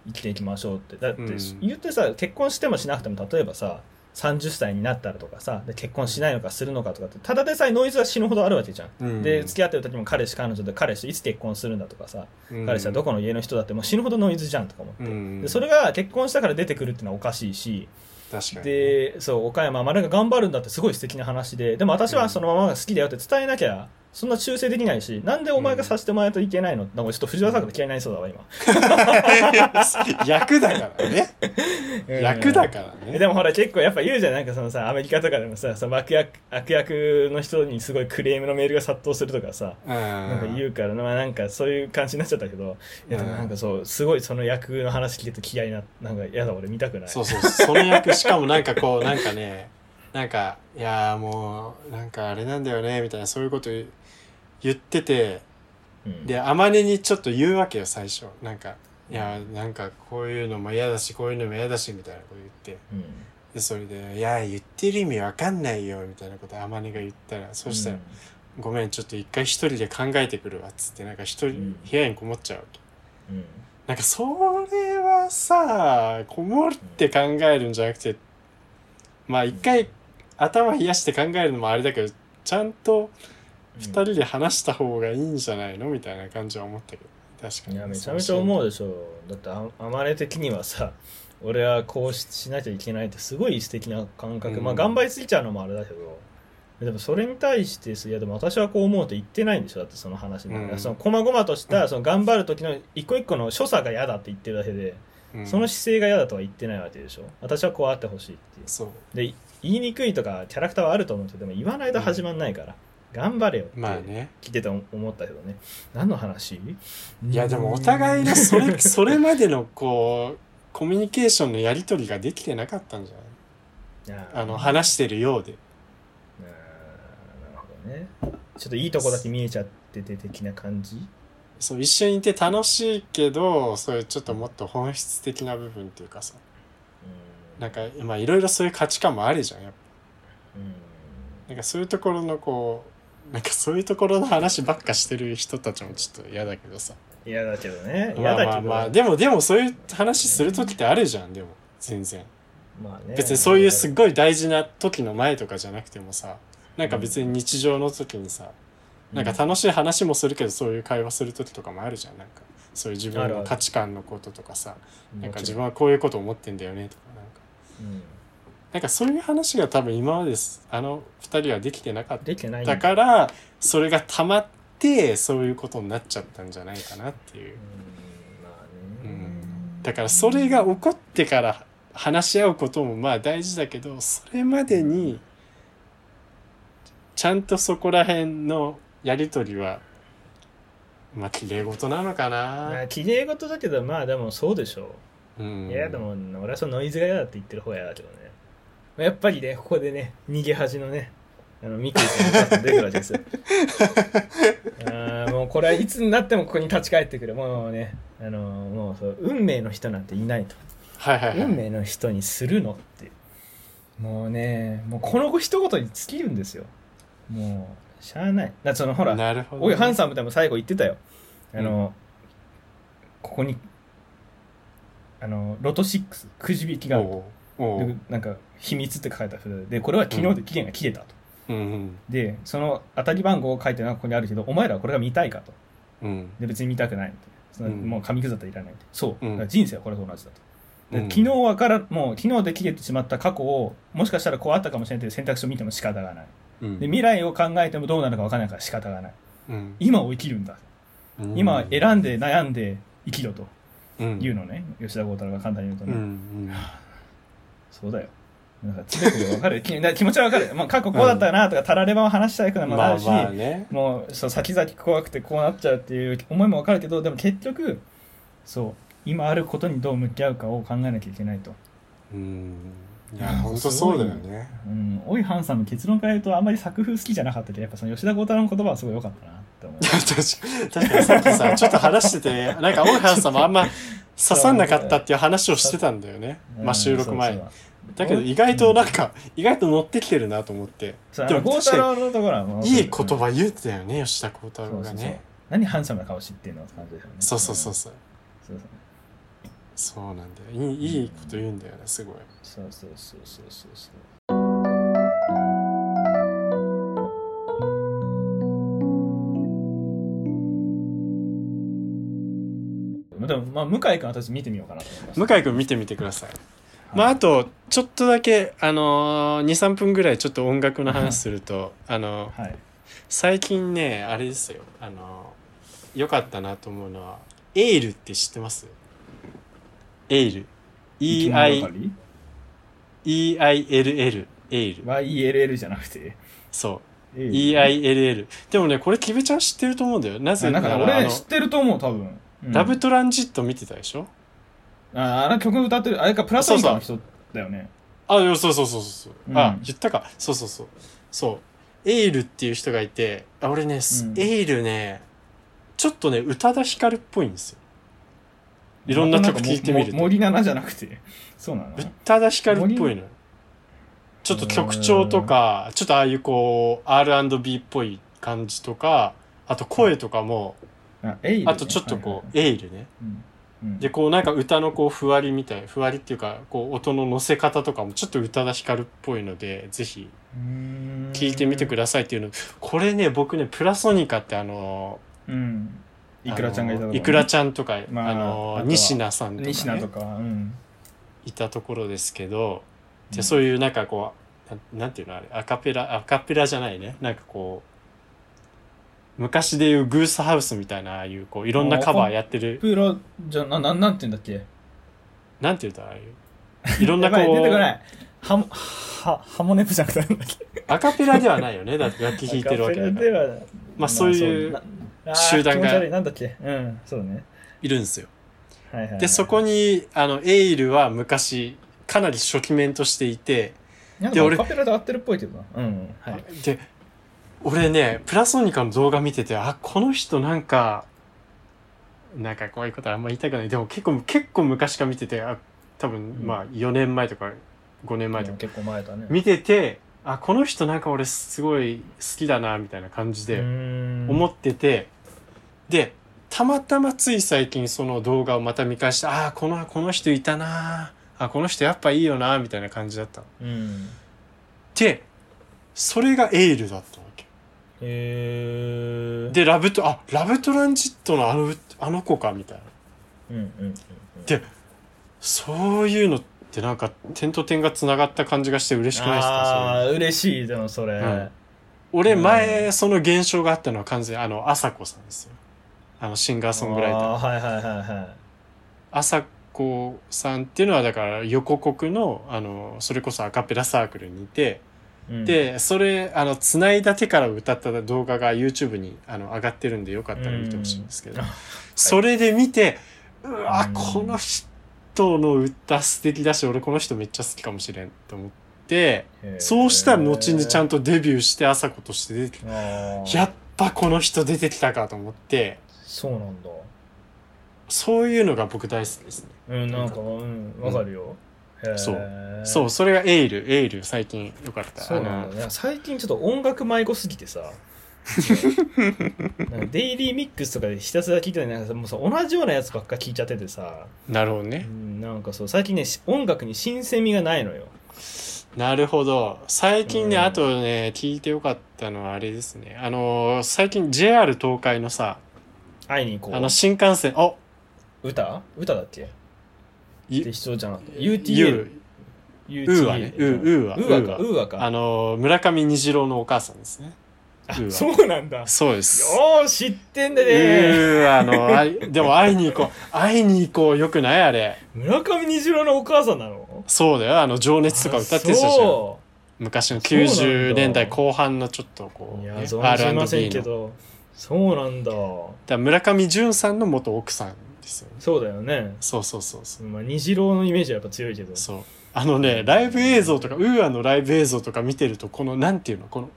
[SPEAKER 1] 生きていきましょうってだって
[SPEAKER 2] うん
[SPEAKER 1] 言ってさ、結婚してもしなくても例えばさ30歳になったらとかさで結婚しないのかするのかとかってただでさえノイズは死ぬほどあるわけじゃん、
[SPEAKER 2] うん
[SPEAKER 1] で付き合ってる時も彼氏彼女で彼氏といつ結婚するんだとかさ、
[SPEAKER 2] うん
[SPEAKER 1] 彼氏はどこの家の人だってもう死ぬほどノイズじゃんとか思って、
[SPEAKER 2] うん
[SPEAKER 1] でそれが結婚したから出てくるってのはおかしいし、
[SPEAKER 2] 確かにね
[SPEAKER 1] でそう岡山丸が頑張るんだってすごい素敵な話ででも私はそのままが好きだよって伝えなきゃそんな修正できないしなんでお前がさせてもらえといけないのなんか俺ちょっと藤原さんが嫌いになりそうだわ 今
[SPEAKER 2] 役だからね役だから
[SPEAKER 1] え
[SPEAKER 2] ね
[SPEAKER 1] でもほら結構やっぱ言うじゃんなんかそのさアメリカとかでもさその悪役悪役の人にすごいクレームのメールが殺到するとかさ
[SPEAKER 2] な
[SPEAKER 1] なんか言うからまあなんかそういう感じになっちゃったけどいやでもなんかそうすごいその役の話聞いてて嫌いななんか嫌だ俺見たくない
[SPEAKER 2] そうそうその役しかもなんかこうなんかねなんかいやーもうなんかあれなんだよねみたいなそういうこと言ってて
[SPEAKER 1] うん
[SPEAKER 2] で天音にちょっと言うわけよ最初なんかいやなんかこういうのも嫌だしこういうのも嫌だしみたいなこと言って
[SPEAKER 1] うん
[SPEAKER 2] でそれで「いや言ってる意味わかんないよ」みたいなこと天音が言ったらそしたら
[SPEAKER 1] うん
[SPEAKER 2] 「ごめんちょっと一回一人で考えてくるわ」っつってなんか一人、
[SPEAKER 1] うん
[SPEAKER 2] 部屋にこもっちゃうわけ
[SPEAKER 1] うん
[SPEAKER 2] なんかそれはさこもって考えるんじゃなくてまあ一回頭冷やして考えるのもあれだけどちゃんと二人で話した方がいいんじゃないのみたいな感じは思ったけど確か
[SPEAKER 1] い
[SPEAKER 2] に
[SPEAKER 1] やめちゃめちゃ思うでしょだってああまれ的にはさ俺はこうししなきゃいけないってすごい素敵な感覚、
[SPEAKER 2] うん
[SPEAKER 1] まあ頑張りすぎちゃうのもあれだけどでもそれに対してすいやでも私はこう思うと言ってないんでしょだってその話に、
[SPEAKER 2] うん
[SPEAKER 1] その細々としたその頑張る時の一個一個の所作が嫌だって言ってるだけで、
[SPEAKER 2] うん
[SPEAKER 1] その姿勢が嫌だとは言ってないわけでしょ私はこうあってほしいっていう
[SPEAKER 2] そう
[SPEAKER 1] で言いにくいとかキャラクターはあると思うけどでも言わないと始まんないから、頑張れよって
[SPEAKER 2] まあね
[SPEAKER 1] 聞いてて思ったけどね何の話
[SPEAKER 2] いやでもお互いのそ れそれまでのこうコミュニケーションのやり取りができてなかったんじゃないあの
[SPEAKER 1] は
[SPEAKER 2] 話してるようで
[SPEAKER 1] なるほどねちょっといいとこだけ見えちゃってて的な感じ
[SPEAKER 2] そう一緒にいて楽しいけどそういうちょっともっと本質的な部分っていうかさ
[SPEAKER 1] うん
[SPEAKER 2] なんかまあいろいろそういう価値観もあるじゃんやっぱ
[SPEAKER 1] うん
[SPEAKER 2] なんかそういうところのこうなんかそういうところの話ばっかしてる人たちもちょっと嫌だけどさ
[SPEAKER 1] 嫌だけどね
[SPEAKER 2] ま
[SPEAKER 1] 嫌
[SPEAKER 2] あ
[SPEAKER 1] だけど、
[SPEAKER 2] まあまあでもでもそういう話する時ってあるじゃんでも全然
[SPEAKER 1] まあね
[SPEAKER 2] 別にそういうすっごい大事な時の前とかじゃなくてもさなんか別に日常の時にさなんか楽しい話もするけどそういう会話する時とかもあるじゃんなんかそういう自
[SPEAKER 1] あ
[SPEAKER 2] 分
[SPEAKER 1] るあ
[SPEAKER 2] の
[SPEAKER 1] る
[SPEAKER 2] 価値観のこととかさ
[SPEAKER 1] うん
[SPEAKER 2] なんか
[SPEAKER 1] もち
[SPEAKER 2] 自
[SPEAKER 1] ろ
[SPEAKER 2] 分はこういうこと思ってんだよねとかなんか
[SPEAKER 1] ん
[SPEAKER 2] なんかそういう話が多分今までですあの二人はできてなかっ
[SPEAKER 1] うんできてないん
[SPEAKER 2] たからそれが溜まってそういうことになっちゃったんじゃないかなって
[SPEAKER 1] う
[SPEAKER 2] いう
[SPEAKER 1] んまあ
[SPEAKER 2] う
[SPEAKER 1] ね、
[SPEAKER 2] んだからそれが起こってから話し合うこともまあ大事だけどそれまでにちゃんとそこら辺のやり取りはまあ綺麗事なのか
[SPEAKER 1] ま
[SPEAKER 2] な
[SPEAKER 1] あ、綺麗事だけどまあでもそうでしょう
[SPEAKER 2] うん
[SPEAKER 1] いやでも俺はそのノイズが嫌だって言ってる方が嫌だけどねまあやっぱりねここでね逃げ恥のねあのミクリさんが出てくるわけ ですよあーもうこれはいつになってもここに立ち返ってくるもうねあのーもうそう運命の人なんていないと
[SPEAKER 2] はいはいはい
[SPEAKER 1] 運命の人にするのってもうねもうこの一言に尽きるんですよもうしゃあないだからそのほら
[SPEAKER 2] なるほど
[SPEAKER 1] おいハンサムでも最後言ってたよあの、ここにあのロト6くじ引きがある
[SPEAKER 2] おうおう
[SPEAKER 1] でなんか秘密って書いた札ででこれは昨日で期限が切れたと、
[SPEAKER 2] うん
[SPEAKER 1] でその当たり番号を書いてるのがここにあるけどお前らはこれが見たいかと
[SPEAKER 2] うん
[SPEAKER 1] で別に見たくないみたいなその
[SPEAKER 2] うん
[SPEAKER 1] もう紙くずだったらいらないってそう、
[SPEAKER 2] うん
[SPEAKER 1] だから人生はこれと同じだと
[SPEAKER 2] う
[SPEAKER 1] で
[SPEAKER 2] ん
[SPEAKER 1] 昨日はからもう昨日で切れてしまった過去をもしかしたらこうあったかもしれないという選択肢を見ても仕方がない
[SPEAKER 2] うん
[SPEAKER 1] で未来を考えてもどうなるか分からないから仕方がない
[SPEAKER 2] うん
[SPEAKER 1] 今を生きるんだ
[SPEAKER 2] うん
[SPEAKER 1] 今選んで悩んで生きろと
[SPEAKER 2] うん
[SPEAKER 1] いうのね、吉田豪太郎が簡単に言うと
[SPEAKER 2] うん
[SPEAKER 1] ね、
[SPEAKER 2] うん
[SPEAKER 1] そうだよなんかつくてくるわかる 気だ気持ちはわかる、まあ、過去こうだったよなとかたらればを話したいくのも
[SPEAKER 2] ま
[SPEAKER 1] あ
[SPEAKER 2] あ
[SPEAKER 1] るし、
[SPEAKER 2] まあね
[SPEAKER 1] もうそう先々怖くてこうなっちゃうっていう思いもわかるけどでも結局そう今あることにどう向き合うかを考えなきゃいけないと、
[SPEAKER 2] うんいや本当そうだよね
[SPEAKER 1] うん、おいハンさんの結論から言うとあんまり作風好きじゃなかったけどやっぱその吉田豪太郎の言葉はすごい良かったなって思う
[SPEAKER 2] いや確か確かにさっきさちょっと話しててなんか大原さんもあんま刺さんなかったっていう話をしてたんだよね、
[SPEAKER 1] うん
[SPEAKER 2] まあ、収録前
[SPEAKER 1] そう
[SPEAKER 2] だけど意外となんか、意外と乗ってきてるなと思って
[SPEAKER 1] そうそう
[SPEAKER 2] で
[SPEAKER 1] あの
[SPEAKER 2] も
[SPEAKER 1] 豪
[SPEAKER 2] 確
[SPEAKER 1] 太
[SPEAKER 2] か
[SPEAKER 1] 郎のところはもう
[SPEAKER 2] にいい言葉言うてたよね吉田鋼太郎がね
[SPEAKER 1] 何ハンサムな顔してんのって感じだよね
[SPEAKER 2] そうそうそうそう
[SPEAKER 1] そう
[SPEAKER 2] そうなんだよいいいいこと言うんだよねすごい
[SPEAKER 1] そうそうそうそうそうそうまあでもまあ向井君は私見てみようかなと思います
[SPEAKER 2] 向井君見てみてくださいまああとちょっとだけあのー、23分ぐらいちょっと音楽の話するとあのー
[SPEAKER 1] はい
[SPEAKER 2] 最近ねあれですよあの良かったなと思うのはエイルって知ってますエイル EI EILL エイル
[SPEAKER 1] YELL じゃなくて
[SPEAKER 2] そう
[SPEAKER 1] EI
[SPEAKER 2] EILL でもねこれキベちゃん知ってると思うんだよなぜ
[SPEAKER 1] な
[SPEAKER 2] なん
[SPEAKER 1] から俺
[SPEAKER 2] あ
[SPEAKER 1] ね
[SPEAKER 2] の
[SPEAKER 1] 知ってると思う多分うん
[SPEAKER 2] ラブトランジット見てたでしょ
[SPEAKER 1] ああの曲歌ってるあれかプラトニカの人だよね
[SPEAKER 2] あいやそうそうそうそう、うあ
[SPEAKER 1] うん
[SPEAKER 2] 言ったかそうそうそうそうエイルっていう人がいてあ俺ね、す
[SPEAKER 1] うん
[SPEAKER 2] エイルねちょっとね宇多田ヒカルっぽいんですよいろんな曲聴いてみると
[SPEAKER 1] も森七じゃなくてそうなの
[SPEAKER 2] 宇多田ヒカルっぽいのよちょっと曲調とかちょっとああいうこう R&B っぽい感じとかあと声とかも
[SPEAKER 1] あエイルね
[SPEAKER 2] あとちょっとこうエイル
[SPEAKER 1] はいはい
[SPEAKER 2] ね
[SPEAKER 1] はいうんうん
[SPEAKER 2] でこうなんか歌のこうふわりみたいふわりっていうかこう音の乗せ方とかもちょっと宇多田ヒカルっぽいのでぜひ聴
[SPEAKER 1] 聞
[SPEAKER 2] いてみてくださいっていうのこれね僕ねプラソニカってあの
[SPEAKER 1] うんイクラちゃんがいたところね
[SPEAKER 2] イクラちゃんとか、
[SPEAKER 1] まあ
[SPEAKER 2] あの
[SPEAKER 1] あとは
[SPEAKER 2] 仁科さんとか,、
[SPEAKER 1] 西名とか、うん。
[SPEAKER 2] いたところですけど、じゃあそういうなんかこうななんていうのあれアカペラアカペラじゃないねなんかこう昔でいうグースハウスみたいなああいうこういろんなカバーやってる
[SPEAKER 1] プーロじゃなななんて言うんだっけ
[SPEAKER 2] なんて言うたらああいういろんなこ
[SPEAKER 1] や ばい出てこ
[SPEAKER 2] う
[SPEAKER 1] ない
[SPEAKER 3] ハモ、は、ハモネプじゃなくてなんだっけ
[SPEAKER 2] アカペラではないよねだって楽器弾いてるわけだ
[SPEAKER 1] アカ
[SPEAKER 2] か
[SPEAKER 1] ペ
[SPEAKER 2] ら
[SPEAKER 1] ラでは
[SPEAKER 2] まあそういう
[SPEAKER 1] なあー
[SPEAKER 2] 集団が
[SPEAKER 1] 気持ち悪いなんだっけうんそうね
[SPEAKER 2] いるんですよ
[SPEAKER 1] はいはいはい
[SPEAKER 2] でそこにあのエイルは昔かなり初期面としていて
[SPEAKER 1] なん
[SPEAKER 2] で
[SPEAKER 1] か
[SPEAKER 2] 俺
[SPEAKER 1] アカペラで合ってるっぽいけどなうんはい
[SPEAKER 2] で俺ねプラソニカの動画見ててあこの人なんかなんかこういうことあんま言いたくないでも結構結構昔から見ててあ多分
[SPEAKER 1] ん
[SPEAKER 2] まあ4年前とか5年前とか、
[SPEAKER 1] 結構前だね
[SPEAKER 2] 見ててあこの人なんか俺すごい好きだなみたいな感じで思
[SPEAKER 1] 思
[SPEAKER 2] ってて、でたまたまつい最近その動画をまた見返してああこのこの人いたなあこの人やっぱいいよなみたいな感じだった
[SPEAKER 1] うん
[SPEAKER 2] でそれがエイルだったわけ
[SPEAKER 1] へえ
[SPEAKER 2] でラブトあラブトランジットのあのあの子かみたいな
[SPEAKER 1] うんうんうん
[SPEAKER 2] でそういうのってなんか点と点がつながった感じがして嬉しくないですか
[SPEAKER 1] あ
[SPEAKER 2] それ
[SPEAKER 1] あ嬉しいでもそれ、
[SPEAKER 2] うん俺
[SPEAKER 1] う
[SPEAKER 2] 前その現象があったのは完全にあの朝子さんですよあのシンガーソングライター
[SPEAKER 1] あーはいはいはいはい
[SPEAKER 2] 朝子さんっていうのはだから横国のあのそれこそアカペラサークルにいて、
[SPEAKER 1] うん、
[SPEAKER 2] でそれあの繋いだ手から歌った動画が YouTube にあの上がってるんでよかったら見てほしいんですけど、
[SPEAKER 1] うん
[SPEAKER 2] それで 見てうわ、
[SPEAKER 1] うん
[SPEAKER 2] この人の歌素敵だし俺この人めっちゃ好きかもしれんと思って
[SPEAKER 1] へー
[SPEAKER 2] そうしたら後にちゃんとデビューして朝子として出てき
[SPEAKER 1] あー
[SPEAKER 2] たやっぱこの人出てきたかと思って
[SPEAKER 1] そうなんだ
[SPEAKER 2] そういうのが僕大好きですね。
[SPEAKER 1] うんなんかうんわかるよ、へー
[SPEAKER 2] そそう、それがエイル、エイル、最近よかった。
[SPEAKER 1] そうなん
[SPEAKER 2] あ
[SPEAKER 1] だ
[SPEAKER 2] の
[SPEAKER 1] よね最近ちょっと音楽迷子すぎてさなんかデイリーミックスとかでひたすら聞いてたりなんかさもうさ同じようなやつばっか聞いちゃっててさ、
[SPEAKER 2] なるほど
[SPEAKER 1] う
[SPEAKER 2] ね。
[SPEAKER 1] ん、なんかそう最近ねし音楽に新鮮味がないのよ
[SPEAKER 2] なるほど。最近ね、
[SPEAKER 1] うん
[SPEAKER 2] あとね、聞いてよかったのはあれですね。あのー、最近 JR 東海のさ、
[SPEAKER 1] 会いに行こ
[SPEAKER 2] あの、新幹線、あ
[SPEAKER 1] う歌歌だっけ
[SPEAKER 2] ゆ
[SPEAKER 1] 適当じゃなくて
[SPEAKER 2] U
[SPEAKER 1] UTL、UTL
[SPEAKER 2] ウーアねウーウーア
[SPEAKER 1] ウーアか
[SPEAKER 2] ウ
[SPEAKER 1] ウーアか
[SPEAKER 2] あのー、村上虹郎のお母さんですね。ウーア
[SPEAKER 1] あそうなんだよ
[SPEAKER 2] そうです。
[SPEAKER 1] ー知ってんだ
[SPEAKER 2] ウ
[SPEAKER 1] ね
[SPEAKER 2] ーアの、あいでも会いに行こ う。会いに行こう。よくないあれ。
[SPEAKER 1] 村上虹郎のお母さんなの
[SPEAKER 2] そうだよ。あの、情熱とか歌ってたじゃん。
[SPEAKER 1] そ
[SPEAKER 2] 昔の
[SPEAKER 1] そうなん
[SPEAKER 2] 90
[SPEAKER 1] だ
[SPEAKER 2] 年代後半のちょっと
[SPEAKER 1] う
[SPEAKER 2] こ
[SPEAKER 1] い
[SPEAKER 2] うね、
[SPEAKER 1] や
[SPEAKER 2] R&B
[SPEAKER 1] 存じませんけ
[SPEAKER 2] の。
[SPEAKER 1] どそうなんだ
[SPEAKER 2] だから村上淳さんの元奥さんですよね。
[SPEAKER 1] そうだよね
[SPEAKER 2] そうそうそうそう。
[SPEAKER 1] まあ、虹郎のイメージはやっぱ強いけど
[SPEAKER 2] そうあのね、ライブ映像とか、ウーアのライブ映像とか見てると、この、なんていうの、この、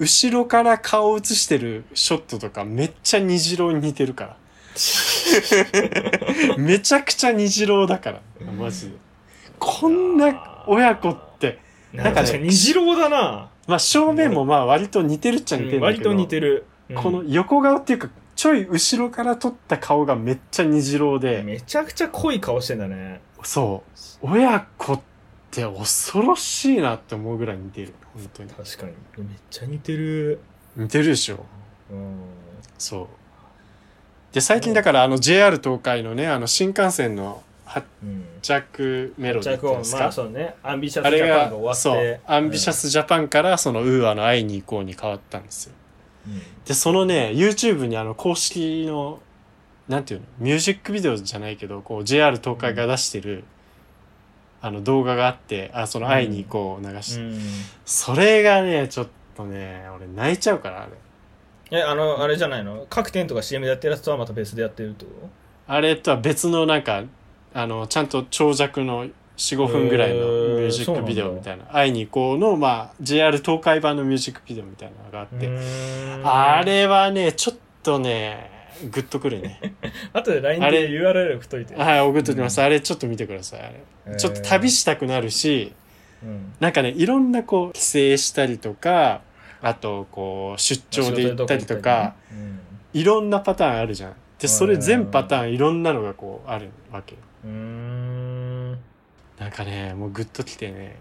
[SPEAKER 2] 後ろから顔を映してるショットとか、めっちゃ虹郎に似てる から。めちゃくちゃ虹郎だから、マジで。こんな親子って、
[SPEAKER 1] なん
[SPEAKER 2] なん
[SPEAKER 1] か
[SPEAKER 2] か
[SPEAKER 1] 確
[SPEAKER 2] ね
[SPEAKER 1] かに虹郎だな、
[SPEAKER 2] まあ正面もまあ割と似てるっちゃ似てる
[SPEAKER 1] うん
[SPEAKER 2] んだけ
[SPEAKER 1] 割
[SPEAKER 2] ど、
[SPEAKER 1] と似てる、うん
[SPEAKER 2] この横顔っていうか、ちょい後ろから撮った顔がめっちゃ虹郎で、
[SPEAKER 1] めちゃくちゃ濃い顔してんだね
[SPEAKER 2] そう。親子って恐ろしいなって思うぐらい似てる。本当に。
[SPEAKER 1] 確かにめっちゃ似てる
[SPEAKER 2] 似てるでしょ。
[SPEAKER 1] うん
[SPEAKER 2] そう。で、最近だからあの JR 東海のね、あの新幹線の発
[SPEAKER 1] うん
[SPEAKER 2] 着メロディーっていうんです
[SPEAKER 1] まあ
[SPEAKER 2] か。
[SPEAKER 1] そうねアンビシャ
[SPEAKER 2] あ
[SPEAKER 1] ス
[SPEAKER 2] れ
[SPEAKER 1] ジャパンが
[SPEAKER 2] が、
[SPEAKER 1] 終
[SPEAKER 2] そ
[SPEAKER 1] わっ
[SPEAKER 2] う
[SPEAKER 1] て、
[SPEAKER 2] アンビシャ、スジャパンからそのウーアの会いに行こうに変わったんですよ。
[SPEAKER 1] うんうん
[SPEAKER 2] で、そのね、YouTube にあの公式の、なんていうの、ミュージックビデオじゃないけど、こう JR 東海が出してる、あの動画があって、あ、その会いに行こうを流して、
[SPEAKER 1] うん
[SPEAKER 2] それがね、ちょっとね、俺泣いちゃうから、あれ。
[SPEAKER 1] えあのあれじゃないの各店とか CM でやってるやつとはまた別でやってるってこと
[SPEAKER 2] あれとは別のなんか、あの、ちゃんと長尺の4、5分ぐらいのミ
[SPEAKER 1] へー
[SPEAKER 2] ュージックビデ
[SPEAKER 1] そう
[SPEAKER 2] オ
[SPEAKER 1] なん
[SPEAKER 2] み
[SPEAKER 1] だ
[SPEAKER 2] たいな。会いに行こうの、まあ、JR 東海版のミュージックビデオみたいなのがあって。あ
[SPEAKER 1] あ
[SPEAKER 2] れはね、ちょっとね、グッとくる ね。
[SPEAKER 1] あとで LINE
[SPEAKER 2] あれ
[SPEAKER 1] で URL 送っといて、
[SPEAKER 2] はい、送っときます。あれちょっと見てください。あれちょっと旅したくなるし、
[SPEAKER 1] うん
[SPEAKER 2] なんかね、いろんなこう、帰省したりとか、あと、こう、出張で行ったりとか、、いろんなパターンあるじゃん。で、それ全パターンいろんなのがこうあるわけよ。
[SPEAKER 1] うん、うん
[SPEAKER 2] なんかね、もうグッときてね、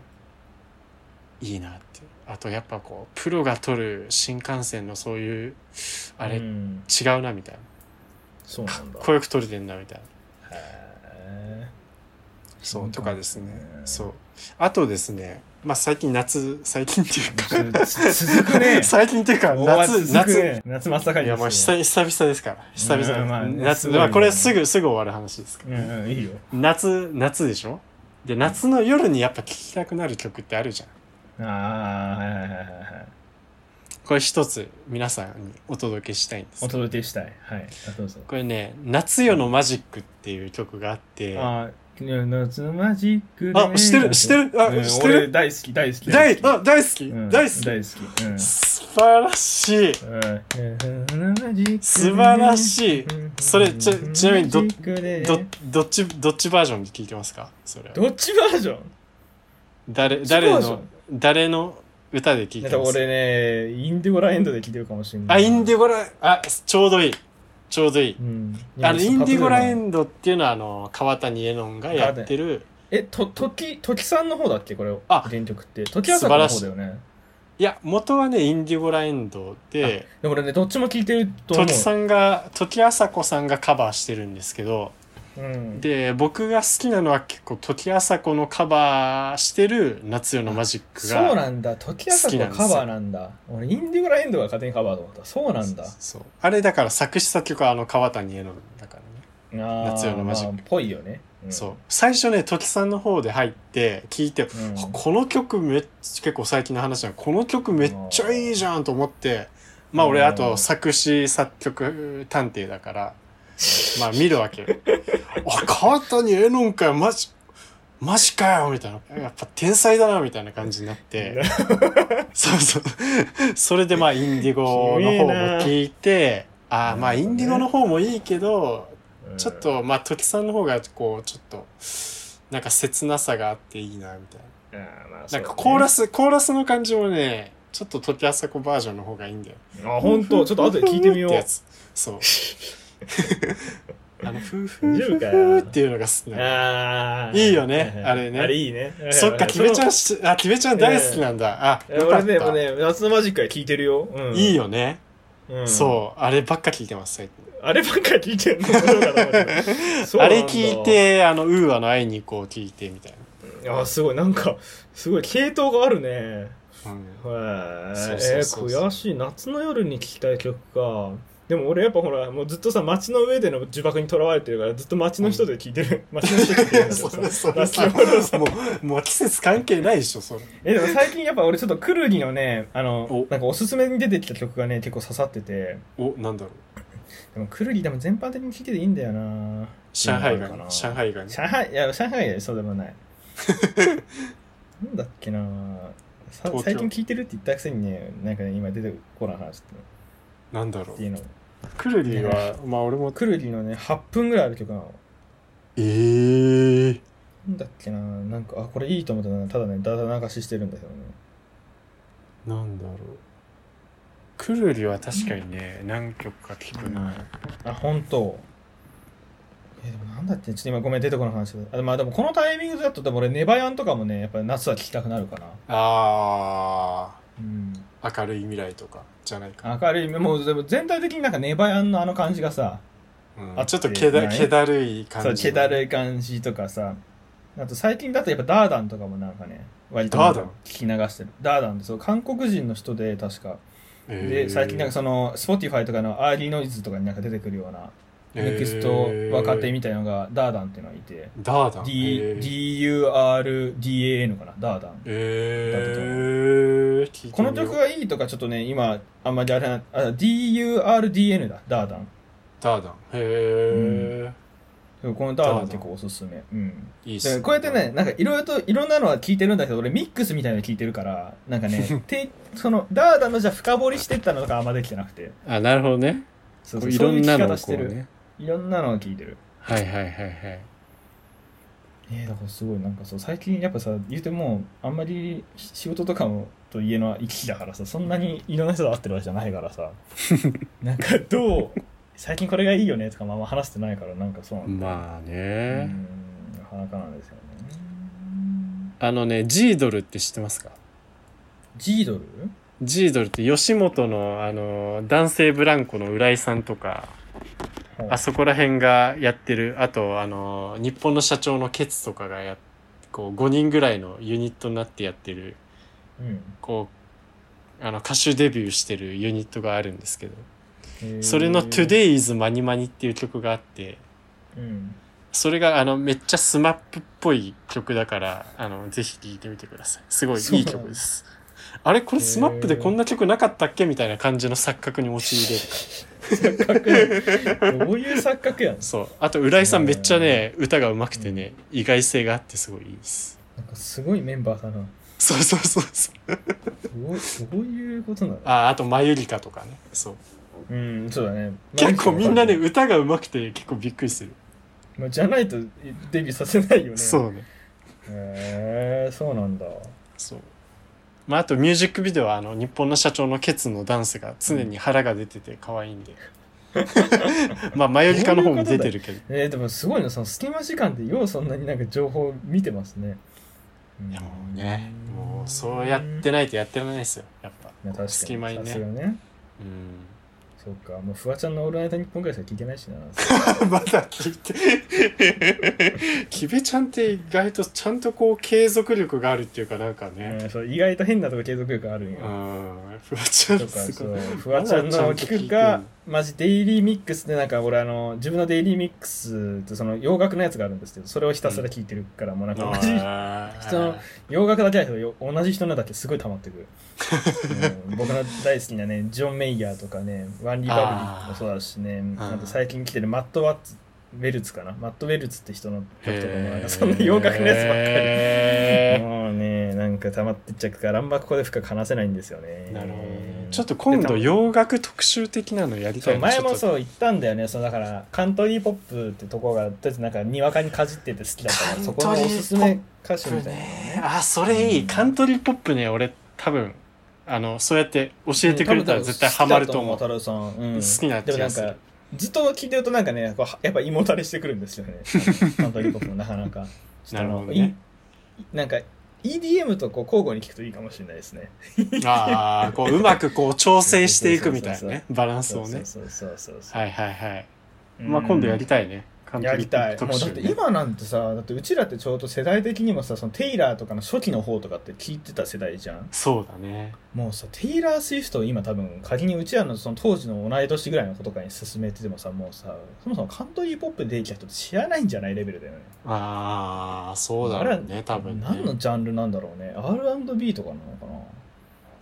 [SPEAKER 2] いいなって。あとやっぱこう、プロが撮る新幹線のそういう、あれ、
[SPEAKER 1] うん
[SPEAKER 2] 違うなみたい
[SPEAKER 3] そうなんだ
[SPEAKER 2] こよく撮れてんだみたいな
[SPEAKER 1] へ
[SPEAKER 2] そうとかですね
[SPEAKER 1] うん
[SPEAKER 2] そうあとですねまあ最近夏最近っていうか
[SPEAKER 1] ーつ続く ね
[SPEAKER 2] 最近っていうか
[SPEAKER 1] 大は
[SPEAKER 2] 夏
[SPEAKER 1] 続く
[SPEAKER 2] 夏
[SPEAKER 1] ね夏真っ盛り
[SPEAKER 2] いやまあ
[SPEAKER 1] です
[SPEAKER 2] 久
[SPEAKER 1] よ
[SPEAKER 2] 々久々ですから久々、
[SPEAKER 1] うんまあねす
[SPEAKER 2] 夏、
[SPEAKER 1] ごいね
[SPEAKER 2] まあ、これはすぐすぐ終わる話ですから、
[SPEAKER 1] うんうんいいよ
[SPEAKER 2] 夏夏でしょで夏の夜にやっぱ聴きたくなる曲ってあるじゃん
[SPEAKER 1] ああはいはいはいはいはい
[SPEAKER 2] これ一つ皆さんにお届けしたいんです
[SPEAKER 1] お届けしたいはいあどうぞ
[SPEAKER 2] これね「夏夜のマジック」っていう曲があって
[SPEAKER 1] あーいや夏のマジックで
[SPEAKER 2] あ知ってる知ってるあ
[SPEAKER 1] うん
[SPEAKER 2] 知ってる
[SPEAKER 1] 俺大好き大好き
[SPEAKER 2] 大
[SPEAKER 1] 好き
[SPEAKER 2] あ大好き、
[SPEAKER 1] うん
[SPEAKER 2] 大好き
[SPEAKER 1] 大好きうん
[SPEAKER 2] 素晴らし
[SPEAKER 1] う
[SPEAKER 2] い
[SPEAKER 1] ん
[SPEAKER 2] 素晴らしいそれちちなみにど
[SPEAKER 1] マジックで
[SPEAKER 2] どどっちどっちバージョンで聴いてますかそれは
[SPEAKER 1] どっちバージョン
[SPEAKER 2] 誰
[SPEAKER 1] ちバー
[SPEAKER 2] 誰
[SPEAKER 1] ジョン
[SPEAKER 2] の誰の歌で聴い
[SPEAKER 1] だってて
[SPEAKER 2] ます
[SPEAKER 1] 俺ね、インディゴラエンドで聞いてるかもしれない。
[SPEAKER 2] あインディゴラあちょうどいいちょうどいい
[SPEAKER 1] うん。
[SPEAKER 2] あのインディゴラエ
[SPEAKER 1] ド。
[SPEAKER 2] ンドっていうのはあの川谷絵音がやってる
[SPEAKER 1] え、と、とき、ときさんの方だっけこれ、
[SPEAKER 2] あ
[SPEAKER 1] 原曲って。ときあさこの方だよね。
[SPEAKER 2] いや元はねインディゴラエンドで
[SPEAKER 1] でも俺ね、どっちも聞いてると思う。
[SPEAKER 2] 時さんが時あさこさんがカバーしてるんですけど
[SPEAKER 1] うん。
[SPEAKER 2] で僕が好きなのは結構時あさこのカバーしてる夏夜のマジック
[SPEAKER 1] そう
[SPEAKER 2] が
[SPEAKER 1] なんだ。ときあさこカバーなんだ。俺、インディゴラエンドが勝手にカバーと思った。そうなんだ。
[SPEAKER 2] そうあれだから作詞作曲はあの川谷絵音だからね、
[SPEAKER 1] 夏
[SPEAKER 2] 夜のマジック
[SPEAKER 1] ぽいよね。ん
[SPEAKER 2] そう最初ね時さんの方で入って聞い
[SPEAKER 1] う
[SPEAKER 2] て、
[SPEAKER 1] ん
[SPEAKER 2] あこの曲めっちゃ結構最近の話じゃんこの曲めっちゃいいじゃんと思ってまあ俺
[SPEAKER 1] うん
[SPEAKER 2] あと作詞作曲探偵だからまあ見る わけよあ川谷絵音かよマジマジかよみたいなやっぱ天才だなみたいな感じになってそうそうそれでまあインディゴの方も聞いてああまあインディゴの方もいいけど
[SPEAKER 1] うん
[SPEAKER 2] ちょっとまあ時さんの方がこうちょっとなんか切なさがあっていいなみたいな。
[SPEAKER 1] あーまあ
[SPEAKER 2] なんかコーラ
[SPEAKER 1] ス。
[SPEAKER 2] ス、コーラスの感じもね、ちょっと時あさこバージョンの方がいいんだよ。
[SPEAKER 1] あ、本当ちょっと後で聞いてみよ
[SPEAKER 2] ってや
[SPEAKER 1] う。
[SPEAKER 2] つ そう。あの、ふーふ
[SPEAKER 1] 大
[SPEAKER 2] ー
[SPEAKER 1] 丈
[SPEAKER 2] ふ
[SPEAKER 1] 夫
[SPEAKER 2] ー
[SPEAKER 1] かよ
[SPEAKER 2] ふーっていうのが好きなの。
[SPEAKER 1] あー
[SPEAKER 2] いいよね
[SPEAKER 1] はは
[SPEAKER 2] あれね
[SPEAKER 1] あれいいね。
[SPEAKER 2] そっか、キベちゃんし、あ、キベちゃん大好きなんだ。あ、
[SPEAKER 1] え
[SPEAKER 2] よか
[SPEAKER 1] 俺ね、
[SPEAKER 2] っ
[SPEAKER 1] もう
[SPEAKER 2] た。
[SPEAKER 1] ね、夏のマジックは聞いてるよ。うん、
[SPEAKER 2] いい、よね。
[SPEAKER 1] うん。
[SPEAKER 2] そう、あればっか聞いてます、最近。
[SPEAKER 1] う。あればっかり聞いてるの面白かった面白 いそう
[SPEAKER 2] あ
[SPEAKER 1] なんだ
[SPEAKER 2] れ聞いて、あの、ウーアの会いに行こう聞いて、みたい
[SPEAKER 1] あ、すごい、なんか、すごい、系統があるね。
[SPEAKER 2] な。うん
[SPEAKER 1] へー
[SPEAKER 2] そうそうそうそう
[SPEAKER 1] えー悔しい。夏の夜に聴きたい曲か。でも俺やっぱほら、もうずっとさ、街の上での呪縛にとらわれてるから、ずっと街の人で聴いて る。街の人で聴いてるんだけど
[SPEAKER 2] それ
[SPEAKER 1] さ。
[SPEAKER 2] それさ
[SPEAKER 1] 夏の夜さ
[SPEAKER 2] もうもう季節関係ないでしょそれ
[SPEAKER 1] え、でも最近やっぱ俺ちょっとクルリのね、あの
[SPEAKER 2] お、
[SPEAKER 1] なんかおすすめに出てきた曲がね、結構刺さってて。
[SPEAKER 2] おなんだろう
[SPEAKER 1] でもクルリでも全般的に聴いてていいんだよな
[SPEAKER 2] 上海が
[SPEAKER 1] いいのかな
[SPEAKER 2] 上海が
[SPEAKER 1] 上海いや上海はそうでも ないなんだっけなさ
[SPEAKER 2] 東京
[SPEAKER 1] 最近聞いてるって言ったくせにねなんかね今出てこない話って
[SPEAKER 2] なんだろ
[SPEAKER 1] って
[SPEAKER 2] う
[SPEAKER 1] いうの
[SPEAKER 2] クルリはまあ俺も
[SPEAKER 1] クルリのね8分ぐらいある曲なの
[SPEAKER 2] えー、
[SPEAKER 1] なんだっけななんかあこれいいと思ったなただねだだ流ししてるんだけどね
[SPEAKER 2] なんだろうクルリは確かにね、何曲か聞くな、
[SPEAKER 1] あ本当えでもなんだってちょっと今ごめん出てこない話だあまあでもこのタイミングだとでも俺ネバヤンとかもねやっぱり夏は聴きたくなるかな
[SPEAKER 2] あ
[SPEAKER 1] うん
[SPEAKER 2] ー明るい未来とかじゃないか、
[SPEAKER 1] 明るいもうでも全体的になんかネバヤンのあの感じがさ
[SPEAKER 2] うん
[SPEAKER 1] あ
[SPEAKER 2] ちょっとけだ
[SPEAKER 1] ない
[SPEAKER 2] けだるい感じ
[SPEAKER 1] そう、気だる
[SPEAKER 2] い
[SPEAKER 1] い感じとかさ。あと最近だとやっぱダーダンとかもなんかね、割と
[SPEAKER 2] ダーダン
[SPEAKER 1] 聞き流してる。ダーダンってそう、韓国人の人で確か。で、最近なんかその、Spotify とかのアーリーノイズとかになんか出てくるような、ネクスト若手みたいなのがダーダンっていうのがいて、
[SPEAKER 2] ダーダン
[SPEAKER 1] D- D-U-R-D-A-N かな、ダーダン。
[SPEAKER 2] えー、聞いて
[SPEAKER 1] こ
[SPEAKER 2] みよ
[SPEAKER 1] の
[SPEAKER 2] う
[SPEAKER 1] 曲がいいとかちょっとね、今、あんまりあれな、あ D-U-R-D-N だ、ダーダン。
[SPEAKER 2] ダーダンへ
[SPEAKER 1] このダーダン結構おすすめ。うん。
[SPEAKER 2] え、いいっす
[SPEAKER 1] でこうやってね、なんかいろいろといろんなのは聞いてるんだけど、俺ミックスみたいなの聞いてるから、なんか ね、てそのダーダのじゃあ深掘りしてったのとかあんまできてなくて、
[SPEAKER 2] あなるほどね
[SPEAKER 1] そう
[SPEAKER 2] こ
[SPEAKER 1] そうう
[SPEAKER 2] い
[SPEAKER 1] そういう聞
[SPEAKER 2] ろんなの
[SPEAKER 1] き
[SPEAKER 2] を
[SPEAKER 1] 方して
[SPEAKER 2] こう
[SPEAKER 1] る。
[SPEAKER 2] ね
[SPEAKER 1] いろんなのを聞いてる。
[SPEAKER 2] はいはいはいはい
[SPEAKER 1] えー、だからすごいなんかそう、最近やっぱさ、言うても、あんまりし仕事とかもと家の行き来だからさ、そんなにいろんな人と会ってるわけじゃないから さ、なんかどう、最近これがいいよねとかまあまあ話してないから、なんかそうなんだ。
[SPEAKER 2] まあ
[SPEAKER 1] う
[SPEAKER 2] ね、
[SPEAKER 1] ん、なかなかなんですよね。
[SPEAKER 2] あのねジードルって知ってますか
[SPEAKER 1] ジードル
[SPEAKER 2] ジードルって吉本のあの男性ブランコの浦井さんとか
[SPEAKER 1] はい
[SPEAKER 2] あそこら辺がやってるあとあの日本の社長のケツとかがやこう5人ぐらいのユニットになってやってる
[SPEAKER 1] うん
[SPEAKER 2] こうあの歌手デビューしてるユニットがあるんですけど
[SPEAKER 1] へー
[SPEAKER 2] それの「Today's マニマニ」っていう曲があって
[SPEAKER 1] うん
[SPEAKER 2] それがあのめっちゃスマップっぽい曲だからあのぜひ聴いてみてくださいすごいいい曲ですあれこれスマップでこんな曲なかったっけみたいな感じの錯覚に陥れる
[SPEAKER 1] 錯覚どういう錯覚やん
[SPEAKER 2] そうあと浦井さん
[SPEAKER 1] へー
[SPEAKER 2] めっちゃね歌が上手くてね意外性があってすごいいいです
[SPEAKER 1] なんかすごいメンバーだな
[SPEAKER 2] そうそうそうそう
[SPEAKER 1] どうどういうことなの
[SPEAKER 2] ああと「マユリカ」とかねそう
[SPEAKER 1] うんそうだね
[SPEAKER 2] 結構みんなね
[SPEAKER 1] ま
[SPEAKER 2] 歌が上手くて結構びっくりする
[SPEAKER 1] あまあじゃないとデビューさせないよね
[SPEAKER 2] そうね
[SPEAKER 1] へえそうなんだ
[SPEAKER 2] そう。まあ、あとミュージックビデオはあの日本の社長のケツのダンスが常に腹が出てて可愛いん で。まあ、マヨリカの方も出てるけど。い
[SPEAKER 1] えー、でもすごいなその隙間時間ってようそんなになんか情報見てますねい
[SPEAKER 2] やもうね、もうそうやってないとやってられないですよ、やっぱ。
[SPEAKER 1] いや確かに
[SPEAKER 2] 隙間にね
[SPEAKER 1] さすがね
[SPEAKER 2] うん。
[SPEAKER 1] そうかもうフワちゃんの「オールナイトニッポン」ぐらいしか聞いてないしな
[SPEAKER 2] まだ聞いて。 キベちゃんって意外とちゃんとこう継続力があるっていうかなんかね。
[SPEAKER 1] うんそう意外と変なとこ継続力あるん
[SPEAKER 2] う
[SPEAKER 1] よ
[SPEAKER 2] ん。ふわちゃん
[SPEAKER 1] とか
[SPEAKER 2] す
[SPEAKER 1] そ
[SPEAKER 2] ご
[SPEAKER 1] う
[SPEAKER 2] い。
[SPEAKER 1] フワちゃんの聞くかマジデイリーミックスでなんか俺あの自分のデイリーミックスってその洋楽のやつがあるんですけどそれをひたすら聞いてるから、もうなんか同じ
[SPEAKER 2] あー
[SPEAKER 1] 人の洋楽だけだけどよ同じ人のだけすごい溜まってくる、うん僕の大好きなねジョン・メイヤーとかねワン・リパブリックもそうだしね
[SPEAKER 2] あー
[SPEAKER 1] あと最近来てるマット・ワッツウェルツかなマット・ウェルツって人の曲とかもなん
[SPEAKER 2] へー
[SPEAKER 1] かそんな洋楽のやつばっかり、
[SPEAKER 2] へー
[SPEAKER 1] もうねなんか溜まってっちゃうからあんまここで深く話せないんですよね
[SPEAKER 2] なるほどね。ちょっと今度洋楽特集的なのやりた
[SPEAKER 1] そ
[SPEAKER 2] いうな
[SPEAKER 1] 前も
[SPEAKER 2] ちょっと
[SPEAKER 1] そう言ったんだよねそのだからカントリーポップってとこがとりあえずなんかにわかにかじってて好きだったからそこのおすすめ歌手みたいなの
[SPEAKER 2] ね
[SPEAKER 1] ね
[SPEAKER 2] あそれいい、
[SPEAKER 1] うん
[SPEAKER 2] カントリーポップね俺多分あのそうやって教えてくれたら絶対ハマると思う,、
[SPEAKER 1] 多分多分
[SPEAKER 2] 好
[SPEAKER 1] 好
[SPEAKER 2] き
[SPEAKER 1] き
[SPEAKER 2] な
[SPEAKER 1] だと思う太郎さん、うん、でも
[SPEAKER 2] 気
[SPEAKER 1] な
[SPEAKER 2] が
[SPEAKER 1] ん
[SPEAKER 2] する
[SPEAKER 1] かずっと聞いてるとなんかねこうやっぱ胃もたれしてくるんですよね カントリーポップもなかなかちょっとあの
[SPEAKER 2] なるほどね
[SPEAKER 1] いなんか EDM とこう交互に聞くといいかもしれないですね
[SPEAKER 2] ああこううまくこう調整していくみたいなね
[SPEAKER 1] そ
[SPEAKER 2] バランスをね
[SPEAKER 1] そうそうそうそうそう
[SPEAKER 2] はいはいはい、
[SPEAKER 1] うん
[SPEAKER 2] まあ今度やりたいねカント
[SPEAKER 1] や
[SPEAKER 2] リ
[SPEAKER 1] り
[SPEAKER 2] ーポ
[SPEAKER 1] た
[SPEAKER 2] ッ
[SPEAKER 1] い
[SPEAKER 2] プ
[SPEAKER 1] も
[SPEAKER 2] 特
[SPEAKER 1] うだ
[SPEAKER 2] 集
[SPEAKER 1] って
[SPEAKER 2] ね
[SPEAKER 1] 今なんてさだってうちらってちょうど世代的にもさそのテイラーとかの初期の方とかって聞いてた世代じゃん
[SPEAKER 2] そうだね
[SPEAKER 1] もうさテイラー・スウィフトを今多分仮にうちらのその当時の同い年ぐらいの子とかに勧めててもさもうさそもそもカントリーポップでできた人って知らないんじゃないレベルだよね
[SPEAKER 2] ああそうだろうね多分ね
[SPEAKER 1] 何のジャンルなんだろうね R&B とかなのか
[SPEAKER 2] わ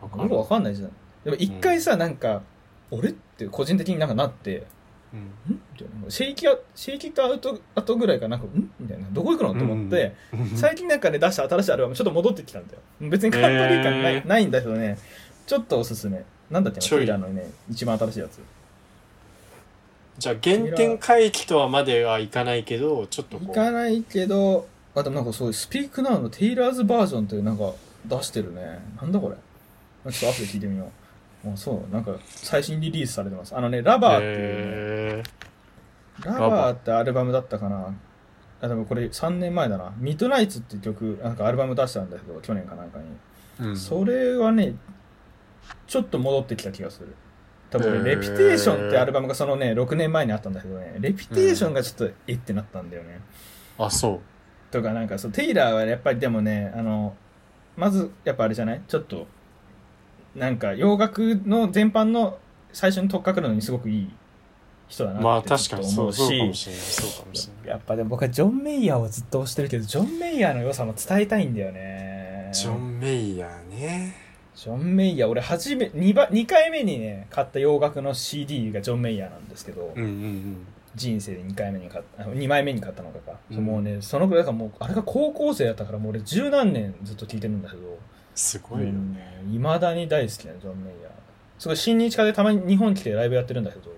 [SPEAKER 1] な
[SPEAKER 2] か
[SPEAKER 1] よ
[SPEAKER 2] る
[SPEAKER 1] くわかんないじゃんでも一回さ、なんか俺って個人的になんかなって
[SPEAKER 2] うん
[SPEAKER 1] んみたいなシェイキアシェイキとアウトあとぐらいかなんかんみたいなどこ行くのと思って、最近なんかね出した新しいアルバムちょっと戻ってきたんだよ別にカントリー感ない,、
[SPEAKER 2] へー
[SPEAKER 1] ないんだけどねちょっとおすすめなんだっけな
[SPEAKER 2] ちょい
[SPEAKER 1] テイラーのね一番新しいやつ
[SPEAKER 2] じゃあ原点回帰とはまではいかないけどちょっと
[SPEAKER 1] 行
[SPEAKER 2] こ
[SPEAKER 1] か
[SPEAKER 2] う
[SPEAKER 1] ないけどあでもなんかそういうスピークナウのテイラーズバージョンというなんか出してるねなんだこれちょっと後で聞いてみようあそうなんか最新リリースされてますあのねラバーっていう、ね、
[SPEAKER 2] へ
[SPEAKER 1] ラバーってアルバムだったかなあでもこれ3年前だなミッドナイツっていう曲なんかアルバム出したんだけど去年かなんかに
[SPEAKER 2] ーうん
[SPEAKER 1] それはね、ちょっと戻ってきた気がする。多分ね、
[SPEAKER 2] へー
[SPEAKER 1] レピテーションってアルバムがそのね、6年前にあったんだけどね、レピテーションがちょっと、えってなったんだよね。
[SPEAKER 2] あそう
[SPEAKER 1] とか、なんかそう、テイラーはやっぱりでもね、あの、まず、やっぱあれじゃないちょっと、なんか洋楽の全般の最初に取っかかるのにすごくいい人だな
[SPEAKER 2] まあ
[SPEAKER 1] ってち
[SPEAKER 2] 確
[SPEAKER 1] ょ
[SPEAKER 2] か
[SPEAKER 1] っ
[SPEAKER 2] に
[SPEAKER 1] と
[SPEAKER 2] そ
[SPEAKER 1] 思
[SPEAKER 2] う
[SPEAKER 1] う
[SPEAKER 2] そうかも
[SPEAKER 1] し、
[SPEAKER 2] しれないそうかもしれない
[SPEAKER 1] やっぱでも僕はジョン・メイヤーをずっと推してるけど、ジョン・メイヤーの良さも伝えたいんだよね。
[SPEAKER 2] ジョン・メイヤーね
[SPEAKER 1] ジョン・メイヤー、俺初め2ば、2回目にね、買った洋楽の CD がジョン・メイヤーなんですけど、
[SPEAKER 2] うんうん
[SPEAKER 1] 人生で2回目に買った、あ2枚目に買ったのかか。
[SPEAKER 2] うん
[SPEAKER 1] もうね、そのぐらいだからもう、あれが高校生だったから、もう俺十何年ずっと聴いてるんだけど、
[SPEAKER 2] すごいよね
[SPEAKER 1] いまだに大好きなジョン・メイヤー。すごい、新日課でたまに日本来てライブやってるんだけど、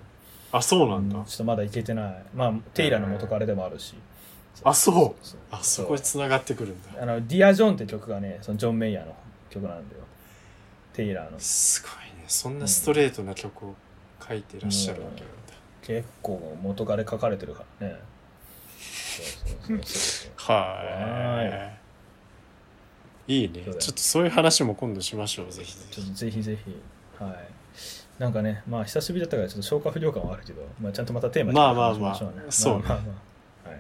[SPEAKER 2] あそうなんだ
[SPEAKER 1] うんちょっとまだ行けてない。まあ、テイラーの元彼でもあるし。
[SPEAKER 2] あそうあそこに繋がってくるんだ
[SPEAKER 1] あの、ディア・ジョンって曲がね、そのジョン・メイヤーの曲なんだよ。テイラーの。
[SPEAKER 2] すごいねそんなストレートな曲を書いてらっしゃるわけなんだ
[SPEAKER 1] 結構元彼書かれてるからね。そうそうそうそう
[SPEAKER 2] は
[SPEAKER 1] はい
[SPEAKER 2] いいいねちょっとそういう話も今度しましょうぜひぜ
[SPEAKER 1] ちょっ
[SPEAKER 2] ひ
[SPEAKER 1] とぜひぜひ。はい。なんかね、まあ久しぶりだったからちょっと消化不良感はあるけど、まあちゃんとまたテーマ
[SPEAKER 2] まあまあまあ
[SPEAKER 1] 話ししょね
[SPEAKER 2] そうね
[SPEAKER 1] まあまあまあはい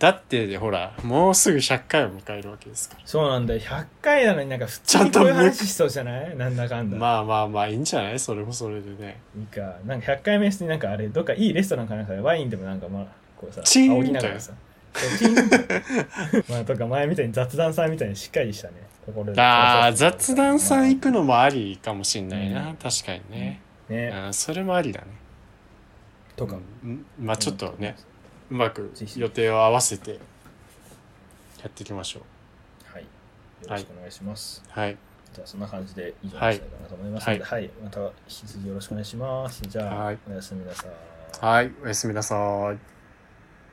[SPEAKER 2] だってほらもうすぐ100回を迎えるわけですから
[SPEAKER 1] そうなんだよ、100回なのになんか普
[SPEAKER 2] ちゃ
[SPEAKER 1] 通
[SPEAKER 2] ん
[SPEAKER 1] に
[SPEAKER 2] と
[SPEAKER 1] こういう話しそうじゃないなんだかんだ。
[SPEAKER 2] まあまあまあいいんじゃないそれもそれでね
[SPEAKER 1] いいか、なんか100回目してなんかあれ、どっかいいレストランかなんかでワインでもなんかまあ、こうさ、
[SPEAKER 2] チーン
[SPEAKER 1] 煽りながらさ。そうチ ーンまあとか前みたいに雑談さんみたいにしっかりしたね、ところで
[SPEAKER 2] あー雑談さん行くのもありかもしんないな、
[SPEAKER 1] うん
[SPEAKER 2] 確かにね、
[SPEAKER 1] ね、
[SPEAKER 2] あーそれもありだね
[SPEAKER 1] とか。
[SPEAKER 2] うんまあちょっとね、うまく
[SPEAKER 1] ぜひ
[SPEAKER 2] 予定を合わせてやっていきましょう
[SPEAKER 1] はい。よろしくお願いします。
[SPEAKER 2] はい
[SPEAKER 1] じゃあそんな感じで以上にしたいかなと思いますので、はい。また引き続きよろしくお願いします。じゃあ、
[SPEAKER 2] はい
[SPEAKER 1] おやすみなさい。
[SPEAKER 2] はいおやすみなさい